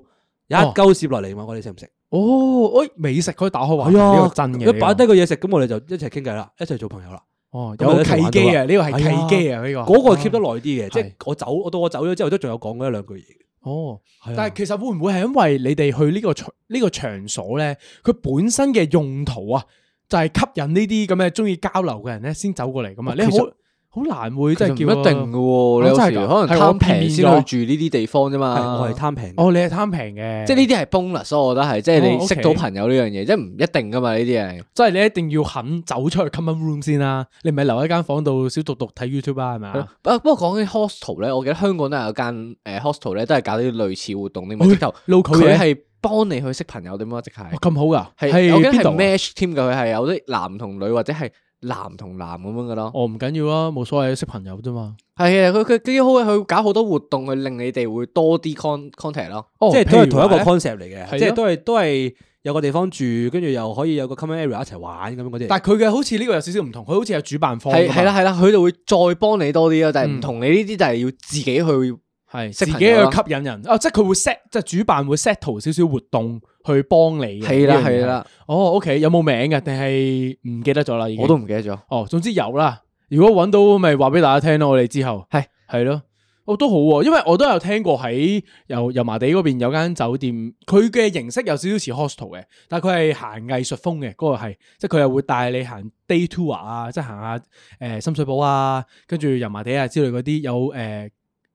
S1: 一
S3: 哦
S1: 鳩攝落嚟問我哋食唔食？
S3: 哦，喂，美食可以打開話題，
S1: 係啊
S3: 呢個真嘅，
S1: 一擺低個嘢食，咁我哋就一齊傾偈啦，一齊做朋友啦。
S3: 哦，
S1: 咁
S3: 有
S1: 就一齊
S3: 契
S1: 玩
S3: 機
S1: 到
S3: 啊，呢個係
S1: 係啊
S3: 契機啊，呢個
S1: 嗰個 keep 得
S3: 哦
S1: 耐啲嘅，即係
S3: 係
S1: 我走，我到我走咗之後都仲有講嗰一兩句嘢。
S3: 哦。
S1: 係
S3: 但
S1: 啊
S3: 係其實會唔會係因為你哋去呢個場呢個場所咧，佢本身嘅用途啊，就係吸引呢啲咁嘅中意交流嘅人咧，先走過嚟噶嘛？
S2: 哦
S3: 你
S2: 其
S3: 好
S2: 實
S3: 好難會
S2: 其
S3: 真
S2: 實
S3: 係
S2: 唔
S3: 叫啊
S2: 一定噶喎。你有
S3: 真係
S2: 時
S3: 㗎
S2: 可能
S3: 係我
S2: 貪平
S3: 變
S2: 先去
S3: 咗
S2: 住呢啲地方啫嘛。
S1: 係我係貪平嘅，
S3: 哦，你係貪平嘅，
S2: 即係呢啲係 bonus，我覺得係，即係
S3: 哦
S2: 你
S3: ，OK 啊
S2: 識到朋友呢樣嘢，即係唔一定噶嘛呢啲係。
S3: 即係你一定要肯走出去 common room 先啦，你唔係留喺間房度小獨獨睇 YouTube 啊，係咪啊？
S2: 不不過講起 hostel 咧，我記得香港都有間誒 hostel 咧，都係搞啲類似活動啲
S3: 哦
S2: 嘛，直頭
S3: local 嘢
S2: 佢係幫你去識朋友啲嘛，直係
S3: 哦。咁好噶，
S2: 係我記得
S3: 邊度
S2: 係
S3: 啊？
S2: match 添㗎，佢係有啲男同女或者係男同男咁樣嘅咯。
S3: 哦，唔緊要啊，冇所謂，識朋友啫嘛。
S2: 係啊，佢佢幾好嘅，佢搞好多活動，去令你哋會多啲 con contact 咯。
S3: 哦
S1: 即係都係同一個
S3: 譬如話
S1: concept 嚟
S3: 係咯
S1: 嘅，即係都係都係有個地方住，跟住又可以有個 common area 一齊玩咁樣嗰啲。
S3: 但係佢嘅好似呢個有少少唔同，佢好似有主辦方
S2: 係
S3: 㗎嘛
S2: 係啦，係啦，佢就會再幫你多啲咯，但係
S3: 嗯
S2: 唔同你呢啲就係要自己去。
S3: 係
S2: 識
S3: 自己
S2: 朋友
S3: 去
S2: 啦
S3: 吸引人啊，即係佢會 set 即係主辦會 set 圖少少活動去幫你嘅。
S2: 係啦
S3: 呢樣嘢
S2: 係啦。
S3: 哦，OK，有冇名嘅定係唔記得咗啦？已經
S2: 我都唔記得咗。
S3: 哦，總之有啦。如果揾到咪話俾大家聽咯，我哋之後
S2: 係
S3: 係咯。哦，都好喎，因為我都有聽過喺油油麻地嗰邊有間酒店，佢嘅形式有少少似 hostel 嘅，但係佢係行藝術風嘅，嗰、個係即係佢又會帶你行 day tour 啊，即係行下誒、呃深水埗啊，跟住油麻地啊之類嗰啲有誒、呃、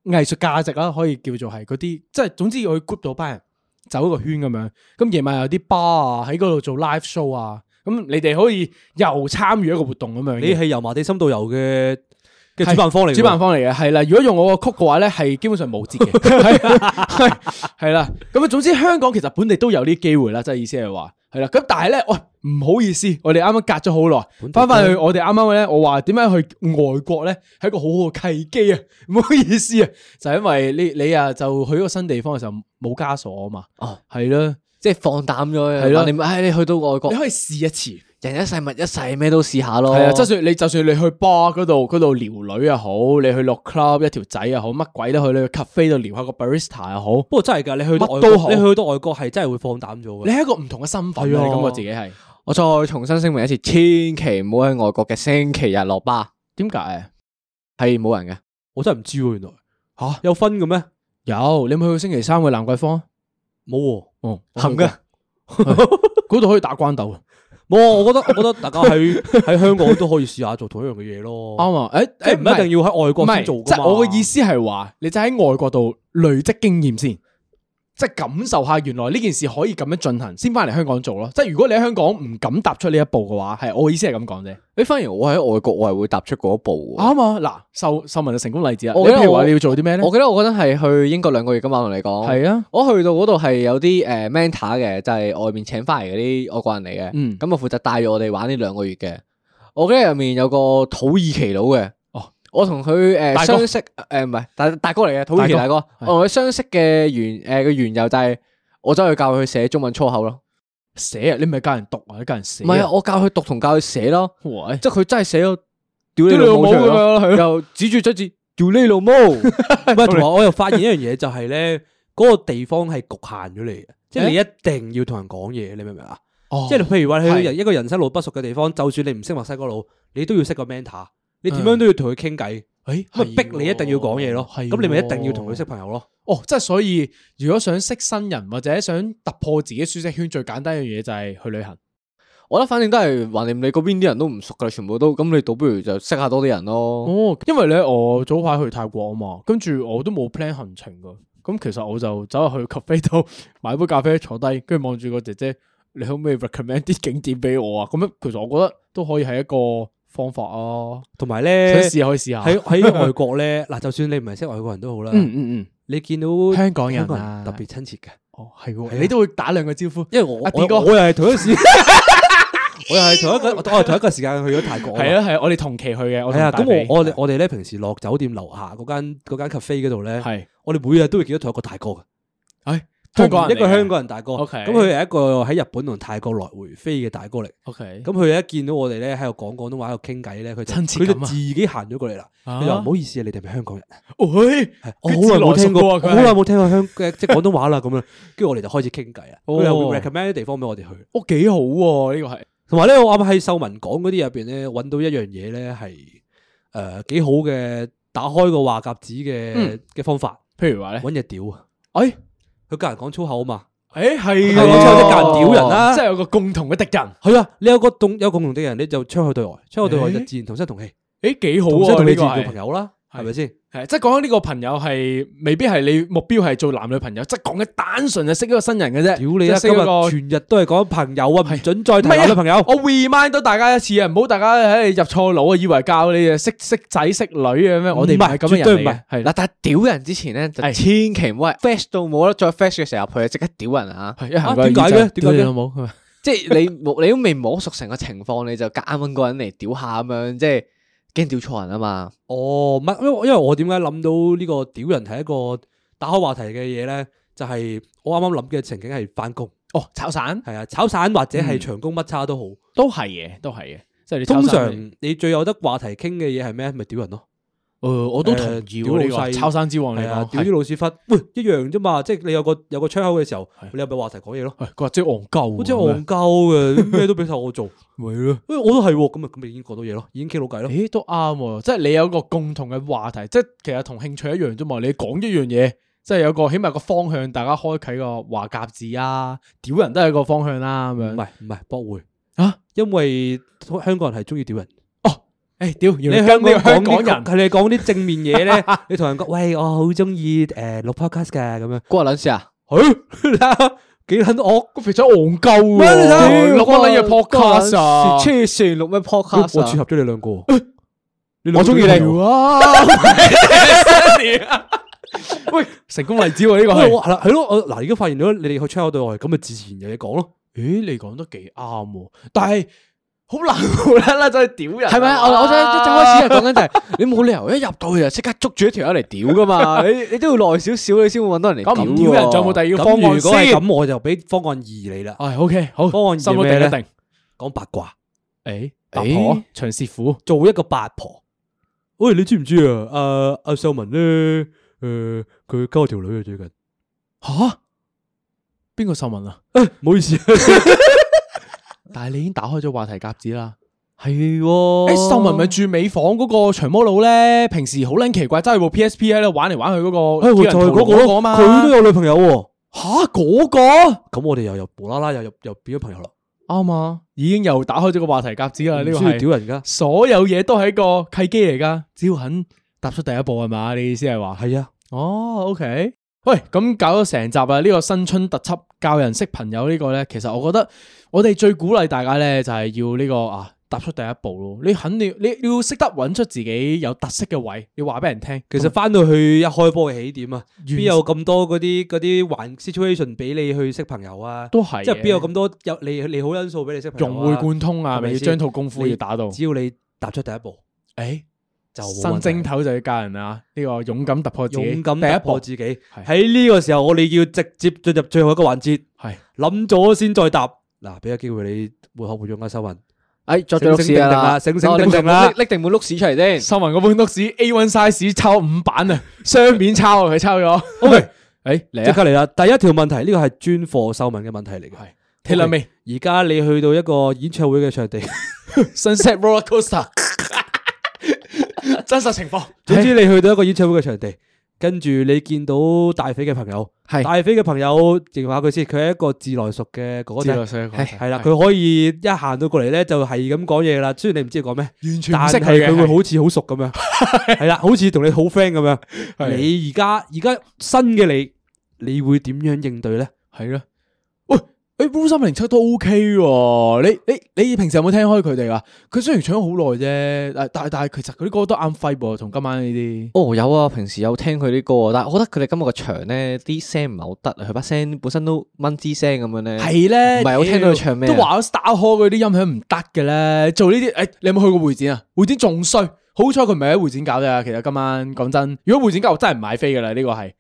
S3: 藝術價值啊啦，可以叫做係嗰啲，即係總之佢 group 到班人走一個圈咁樣，咁夜晚有啲 bar 啊喺嗰度做 live show 啊，咁你哋可以又參與一個活動咁樣嘅。
S1: 你係油麻地深度遊嘅嘅
S3: 係
S1: 主辦方嚟㗎喎，
S3: 主辦方嚟嘅，係啦。如果用我個曲嘅話咧，係基本上冇折嘅，係係啦。咁啊，總之香港其實本地都有呢啲機會啦，即係意思係話係啦。咁但係咧，喂，唔好意思，我哋啱啱隔咗好耐，
S1: 地
S3: 翻翻去我哋啱啱咧，我話點樣去外國咧，係一個好好嘅契機啊！唔好意思啊，就係因為你你啊就去一個新地方嘅時候冇枷鎖啊嘛，
S2: 哦，
S3: 係啦，
S2: 即係放膽咗，
S3: 係咯
S2: 你咪唉，你去到外國
S3: 你，可以試一次。
S2: 人一世物一世，咩都試
S1: 哦
S2: 下咯。
S3: 系啊，就算你就算你去 bar 嗰度嗰度撩女又好，你去落 club 一條仔又好，乜鬼都去，你去 cafe 度撩下個 barista 又好，
S1: 不過真係㗎，你去到外
S3: 乜都好
S1: 國，你去到外國係真係會放膽咗
S3: 你
S1: 嘅。
S3: 係一個唔同嘅身份啊，
S1: 係啊
S3: 你感覺自己係
S2: 我再重新聲明一次，千祈唔好喺外國嘅星期日落巴，
S3: 點解？
S2: 係冇人嘅。
S1: 我真係唔知喎，原來
S3: 吓
S1: 有分嘅咩？
S3: 有你有冇去星期三去蘭桂坊？啊
S1: 冇喎。
S3: 哦，
S2: 行嘅，
S3: 嗰度可以打關鬥，
S1: 冇啊，我覺得我覺得大家喺 喺香港都可以試下做同一樣嘅嘢咯。
S3: 啱啊！誒
S1: 哦即係唔一定要喺外國先做
S3: 唔係
S1: 㗎
S3: 即係我
S1: 嘅
S3: 嘅意思係話，你就喺外國度累積經驗先，即係感受下原來呢件事可以咁樣進行，先翻嚟香港做咯。即係如果你喺香港唔敢踏出呢一步嘅話，係我嘅意思係咁講啫。
S2: 你反而我喺外國，我係會踏出嗰一步嘅。
S3: 啱啊！嗱，秀秀文嘅成功例子啊，你
S2: 我覺得
S3: 譬如話
S2: 我
S3: 你要做啲咩咧
S2: 我？記得我嗰陣係去英國兩個月噶嘛，我同你講。
S3: 係啊，
S2: 我去到嗰度係有啲誒 mentor 嘅，就係、外面請翻嚟嗰啲外國人嚟嘅。
S3: 嗯
S2: 咁啊負責帶住我哋玩呢兩個月嘅。我記得入面有個土耳其佬嘅。
S3: 哦，
S2: 我同佢
S3: 大
S2: 誒
S3: 哥
S2: 相識誒唔係大大哥嚟嘅土耳其
S3: 大
S2: 大
S3: 哥
S2: 哥。我同佢相識嘅緣誒嘅緣由就係我走去教佢寫中文粗口咯。
S3: 寫啊，你唔係教人讀啊，你教人寫。
S2: 唔係啊，，我教佢讀同教佢寫咯，
S3: 喂，
S2: 即係佢真係寫咗屌你
S3: 屌你
S2: 老母
S3: 老
S2: 出
S3: 母
S2: 嚟
S3: 咁樣咯係
S2: 咯，又指住張字屌你老母。
S1: 唔係，同埋我又發現一樣嘢就係咧，嗰個地方係局限咗你嘅，即係你一定要同人講嘢，你明唔明啊？
S3: 哦
S1: 即係譬如話你去
S3: 係
S1: 人一個人生路不熟嘅地方，就算你唔識墨西哥佬，你都要識個 mentor，你點
S3: 嗯
S1: 樣都要同佢傾偈，
S3: 誒
S1: 咁咪逼你一定要講嘢咯。咁你咪一定要同佢識。朋友咯。
S3: 哦，即係所以，如果想識新人或者想突破自己舒適圈，最簡單一樣嘢就係去旅行。
S2: 我覺得反正都係橫掂你嗰邊啲人都唔熟噶啦，全部都咁你倒不如就識下多啲人咯。
S3: 哦，因為咧，我早排去泰國啊嘛，跟住我都冇 plan 行程噶，咁其實我就走入去 cafe 度買杯咖啡坐低，跟住望住個姐姐，你可唔可以 recommend 啲景點俾我啊？咁樣其實我覺得都可以係一個方法啊，
S1: 同埋
S3: 想
S1: 咧，
S3: 試下可以試下。
S1: 喺喺外國咧， 嗱，就算你唔係識外國人都好啦，
S3: 嗯嗯嗯，
S1: 你見到
S3: 香港人啊
S1: 特別親切嘅，
S3: 哦係喎，
S1: 係啊
S3: 你都會打兩個招呼。
S1: 因為我
S3: 阿
S1: 我
S3: D 哥
S1: 我又係同一時， 我又係同一個我我係同一個時間去咗泰國嘛
S3: 係啊係啊，我哋同期去嘅。我
S1: 系
S3: 同
S1: 啊，
S3: 大
S1: 咁
S3: 髀
S1: 我我哋我哋咧平時落酒店樓下嗰間嗰間 cafe 嗰度咧，
S3: 係
S1: 我哋每日都會見到同一個大哥嘅，
S3: 唉香港人嚟嘅
S1: 一個香港人大哥，
S3: OK
S1: 咁佢係一個喺日本同泰國來回飛嘅大哥嚟。
S3: OK，
S1: 咁佢一見到我哋咧喺度講廣東話喺度傾偈咧，佢就
S3: 親切
S1: 佢
S3: 感啊
S1: 就自己行咗過嚟啦。
S3: 啊哦
S1: 佢就話唔好意思啊，你哋係咪香港人？
S3: 喂，
S1: 係我好耐冇聽過，我
S3: 啊佢係
S1: 好耐冇聽過香嘅即係廣東話啦咁樣。跟住我哋就開始傾偈啦。啊
S3: 哦
S1: 佢又會 recommend 啲地方俾我哋去。
S3: 哦幾好喎，呢個係
S1: 同埋咧，我啱啱喺秀文講嗰啲入邊咧，揾到一樣嘢咧係誒幾好嘅，打開個話匣子嘅
S3: 嗯
S1: 嘅方法，
S3: 譬如話咧，
S1: 揾嘢屌啊！
S3: 哎
S1: 佢教人講粗口啊嘛。
S3: 诶係
S1: 係
S3: 喎
S1: 喎之後啲隔人屌人啦
S3: 即係有個共同嘅敵人，
S1: 係啊，你有個共有共同敵人，你就槍口對外，槍口對外
S3: 欸
S1: 就自然同聲同氣，
S3: 诶幾好
S1: 同聲
S3: 喎，
S1: 同
S3: 呢
S1: 氣
S3: 個
S1: 自然做朋
S3: 係
S1: 友啦，
S3: 係
S1: 係咪先？
S3: 係即係講緊呢個朋友係未必係你目標係做男女朋友，即係講緊單純係識一個新人嘅啫，
S1: 屌你
S3: 即
S1: 啊！
S3: 係識
S1: 今
S3: 一
S1: 日
S3: 個
S1: 全日都係講朋友啊，唔
S3: 係
S1: 准再提
S3: 唔係啊
S1: 男女朋友。
S3: 我 remind 到大家一次啊，唔好大家喺度入錯腦啊，以為教你啊識識仔識女啊咩，我哋唔係咁
S1: 唔
S3: 嘅
S1: 係絕對
S3: 人
S1: 唔
S3: 嚟
S1: 係
S3: 嘅，係
S2: 嗱，但係屌人之前咧，就
S3: 係
S2: 千祈唔好係 fresh 到冇得再 fresh 嘅時候入去，即刻屌人 啊！
S3: 係一行
S1: 啊
S3: 過去
S1: 點解
S3: 耳
S1: 嘅
S3: 仔屌
S1: 點解嘅
S3: 你老母係咪
S2: 即係你冇，你都未摸熟成個情況，你就夾硬揾個人嚟屌下咁樣，即係驚屌錯人啊嘛。
S1: 哦，唔係，因為因為我點解諗到呢個屌人係一個打開話題嘅嘢咧？就係我啱啱諗嘅情景係翻工，
S3: 哦，炒散
S1: 係啊，炒散或者係
S3: 嗯
S1: 長工乜叉都好。
S3: 都係嘅，都係嘅，即係你炒
S1: 通
S3: 散
S1: 常你最有得話題傾嘅嘢係咩？咪屌人咯，
S3: 誒，我都同意
S1: 屌老
S3: 喎呢個
S1: 細
S3: 炒散之王嚟
S1: 係啊，
S3: 講，
S1: 屌啲老屎忽，喂一樣啫嘛。即係你有個有個窗口嘅時候
S3: 係，
S1: 你有咪話題講嘢咯？
S3: 係佢話即係戇鳩喎，
S1: 好似戇鳩嘅，咩都俾晒我做。
S3: 咪咯。
S1: 喂，我都係喎，咁啊，咁咪已經講到嘢咯，已經傾到偈咯。
S3: 咦，都啱喎！即係你有個共同嘅話題，即係其實同興趣一樣啫嘛。你講一樣嘢，即係有個起碼有個方向，大家開啟個話夾子啊，屌人都係一個方向啦咁
S1: 唔
S3: 樣。
S1: 係唔係，駁回
S3: 啊，
S1: 因為香港人係中意屌人。
S3: 誒屌，原
S1: 你
S3: 來
S1: 香
S3: 跟呢個
S1: 港
S3: 香
S1: 香
S3: 港
S1: 港
S3: 人
S1: 人，係你講啲正面嘢咧， 你同人講，喂，我好中意誒錄 podcast 嘅咁 樣，
S2: 嗰個撚事啊，
S1: 係 幾撚惡？
S3: 個肥仔戇鳩
S1: 咩你睇下
S3: 喎，錄乜撚嘢 podcast 啊？
S2: 黐線錄咩
S1: 我撮
S2: podcast
S1: 合
S2: 啊？
S1: 咗你兩個，你兩個
S2: 我中意你
S1: 都要
S3: 哇！啊喂，成功例子喎呢個
S1: 喂
S3: 係。
S1: 我係啦，係咯，我嗱，而家發現咗你哋去 check 我對外，咁咪自然有嘢講咯。
S3: 咦，你講得幾啱喎，但係好難 無啦啦走去屌人啊，
S2: 係咪啊？我我想一一開始就講緊就係你冇理由一入到去就即刻捉住一條友嚟屌噶嘛，你你都要耐少少你先會揾到人嚟
S3: 咁
S2: 屌
S3: 唔屌人，仲有
S2: 喎
S3: 冇第二個
S1: 咁
S3: 方
S1: 如果
S3: 案
S1: 係
S3: 先？
S1: 咁，我就俾方案二你啦，
S3: 唉，OK，好，
S1: 方案
S3: 心
S1: 二
S3: 一
S1: 咩
S3: 定
S1: 咧
S3: 一定。
S1: 講八卦，
S3: 诶，八
S2: 誒
S3: 婆長舌婦，
S1: 做一個八婆。喂，你知唔知啊？阿阿秀文咧，誒，佢溝條女啊最近，
S3: 吓？邊個秀文啊？
S1: 唔好意思，啊
S3: 但係你已經打開咗話題夾子啦。
S2: 係
S3: 诶，
S1: 哦
S2: 喎，
S3: 秀文咪住美房嗰個長毛佬咧，平時好撚奇怪，揸住部 PSP 喺度玩嚟玩去嗰個
S1: 誒，
S3: 叫
S1: 哎
S3: 人屠
S1: 就係
S3: 龍
S1: 嗰
S3: 嗰個
S1: 個
S3: 啊嘛。
S1: 嘛，佢都有女朋友喎。
S3: 吓嗰個
S1: 咁我哋又又無啦啦又又又變咗朋友啦，
S3: 啱啊，已經又打開咗個話題夾子啦。呢
S1: 唔
S3: 個
S1: 需要
S3: 係
S1: 屌人噶。
S3: 所有嘢都係一個契機嚟噶，只要肯踏出第一步係嘛？你意思係話？
S1: 係啊，
S3: 哦，OK。喂，咁搞咗成集啊！呢、個新春特輯教人識朋友呢個呢，其實我覺得我哋最鼓勵大家呢，就係、要呢、個啊踏出第一步咯。你肯定你你要識得揾出自己有特色嘅位，你話俾人聽。
S1: 其實翻到去一開波嘅起點啊，邊
S3: 邊
S1: 有咁多嗰啲嗰啲環 situation 俾你去識朋友啊？
S3: 都係嘅
S1: 即係邊有咁多有利利好因素俾你識朋
S3: 融
S1: 友
S3: 會
S1: 啊？
S3: 貫通啊？
S1: 係
S3: 咪
S1: 咪
S3: 要
S1: 先
S3: 將套功夫
S1: 你
S3: 要打到？誒、
S1: 只要你踏出第一步，就冇
S3: 新
S1: 問題
S3: 正頭就要教人啊！呢、個勇敢突破自己，
S1: 勇敢
S3: 第一
S1: 突破
S3: 步
S1: 自己。
S3: 係
S1: 喺呢個時候，我哋要直接進入最後一個環節，
S3: 係
S1: 諗咗先再答。嗱，俾個機會你活學活用啊，修文。
S2: 哎，作咗碌屎啦，
S1: 醒醒定定啦醒醒定定啦
S2: 哦拎拎定本碌屎出嚟先。
S3: 秀文嗰本 n o A one size 抄五版啊，雙面抄啊，佢抄咗。
S1: OK，
S3: 誒嚟
S1: 即
S3: 啊
S1: 刻嚟啦！第一條問題，呢個係專課修文嘅問題嚟嘅。
S3: 睇兩未？
S1: 而家你去到一個演唱會 嘅場地。
S3: Sunset Roller Coaster，真實情況。
S1: 总之你去到一個演唱會嘅場地，跟住你見到大肥嘅朋友，
S2: 係
S1: 大肥嘅朋友形容下佢先，佢係一個自來熟嘅哥哥仔，係啦，佢可以一行到過嚟咧就係咁講嘢啦。雖然你唔知佢講咩，
S3: 完全
S1: 但
S3: 唔識
S1: 係
S3: 佢嘅，
S1: 佢會好似好熟咁樣， 係啦，好似同你好 friend 咁樣。
S3: 係
S1: 你而家而家新嘅你，你會點樣應對咧？
S3: 好係咯。喂，誒 Blue 三零七都 OK 喎。你你你平時有冇聽開佢哋噶？佢雖然唱咗好耐啫，但但但係其實佢啲歌都啱 f 噃，同今晚呢啲。
S2: 哦，有啊，平時有聽佢啲歌，但係我覺得佢哋今日個場咧啲聲唔係好得啊，佢把聲本身都蚊滋聲咁樣咧。
S3: 係咧，
S2: 唔係我聽到佢唱咩啊
S3: 都話咗 Star Hall 嗰啲音響唔得嘅咧，做呢啲誒，你有冇去過會展啊？會展仲衰，好彩佢唔係喺會展搞咋。其實今晚講真，如果會展搞，我真係唔買飛噶啦，呢個係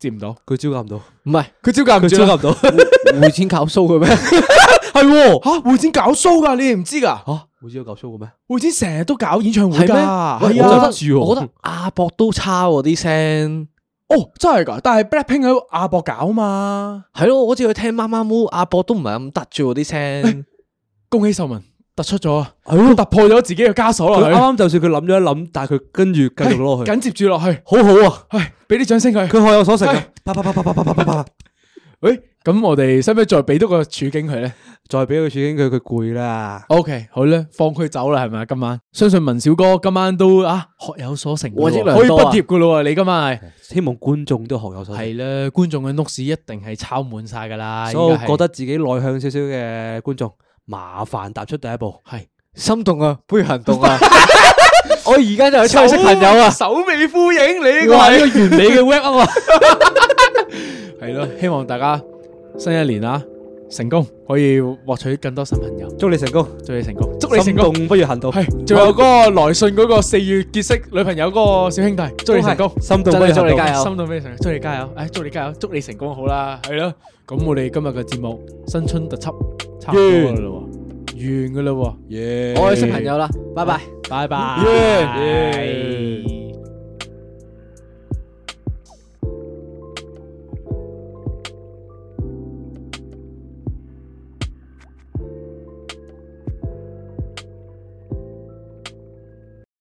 S3: 接唔到，
S1: 佢招架唔到，
S2: 唔係
S3: 佢招架唔
S1: 佢
S3: 住
S1: 招
S3: 啦
S1: 架唔到，
S2: 匯錢搞蘇嘅咩？
S3: 系喎，吓會展搞 show 噶，你哋唔知噶？
S1: 吓會招搞 show 嘅咩？
S3: 會展成日都搞演唱會
S2: 係咩？
S3: 噶，
S2: 喂
S3: 係
S1: 我
S3: 啊
S1: 真，係唔知喎
S2: 我覺得亞博都差喎啲聲。
S3: 哦，真係噶，但係 Blackpink 喺亞博搞嘛，
S2: 係咯，我好似去聽媽媽烏亞博都唔係咁得啫喎啲聲。
S3: 恭喜秀文突出咗啊，
S1: 係咯
S3: 突破咗自己嘅枷鎖
S1: 佢啱
S3: 啦，
S1: 啱就算佢諗咗一諗，但係佢跟住繼續攞落去，
S3: 緊接住落去，
S1: 好好啊！
S3: 唉，俾啲掌聲佢。
S1: 佢學有所成啊
S3: 係！
S1: 啪啪啪啪啪啪啪啪啪，
S3: 诶，咁我哋使唔使再俾多個處境佢咧？
S1: 再俾佢處境佢，佢攰啦。
S3: O、k 好啦，放佢走啦，系咪啊？今晚相信文小哥今晚都啊学有所成㗎
S2: 獲益
S3: 咯喎，
S2: 良
S3: 可以
S2: 多啊
S3: 畢業噶咯喎，你今晚係
S1: 希望觀眾都學有所成。
S3: 係啦，觀眾嘅 notes 一定係抄滿晒噶啦，
S1: 所有
S3: 依家係
S1: 覺得自己內向少少嘅觀眾，麻煩踏出第一步。
S3: 係
S2: 心動啊，不如行動 啊！我而家就去猜識朋友啊！
S3: 首尾呼應，你呢個
S2: 哇，呢
S3: 係
S2: 個完美嘅 wrap up 啊！
S3: 係咯，希望大家新一年啊成功，可以獲取更多新朋友，
S1: 祝你成功，
S3: 祝你成功，祝你成
S1: 心
S3: 功。
S1: 動不如行動。
S3: 係，仲有嗰個來信嗰個四月結識女朋友嗰個小兄弟，祝你成功。
S1: 心動不如
S2: 真係祝
S1: 行
S2: 你
S1: 動
S2: 加。油
S3: 心到咩成？祝你加油！唉，祝你加油，祝你成功好啦，系咯。咁我哋今日嘅節目新春特輯差唔多噶啦喎，完噶啦喎，
S1: Yeah
S2: Ừ. 我去識朋友啦，拜拜。
S3: 拜拜。
S1: Yeah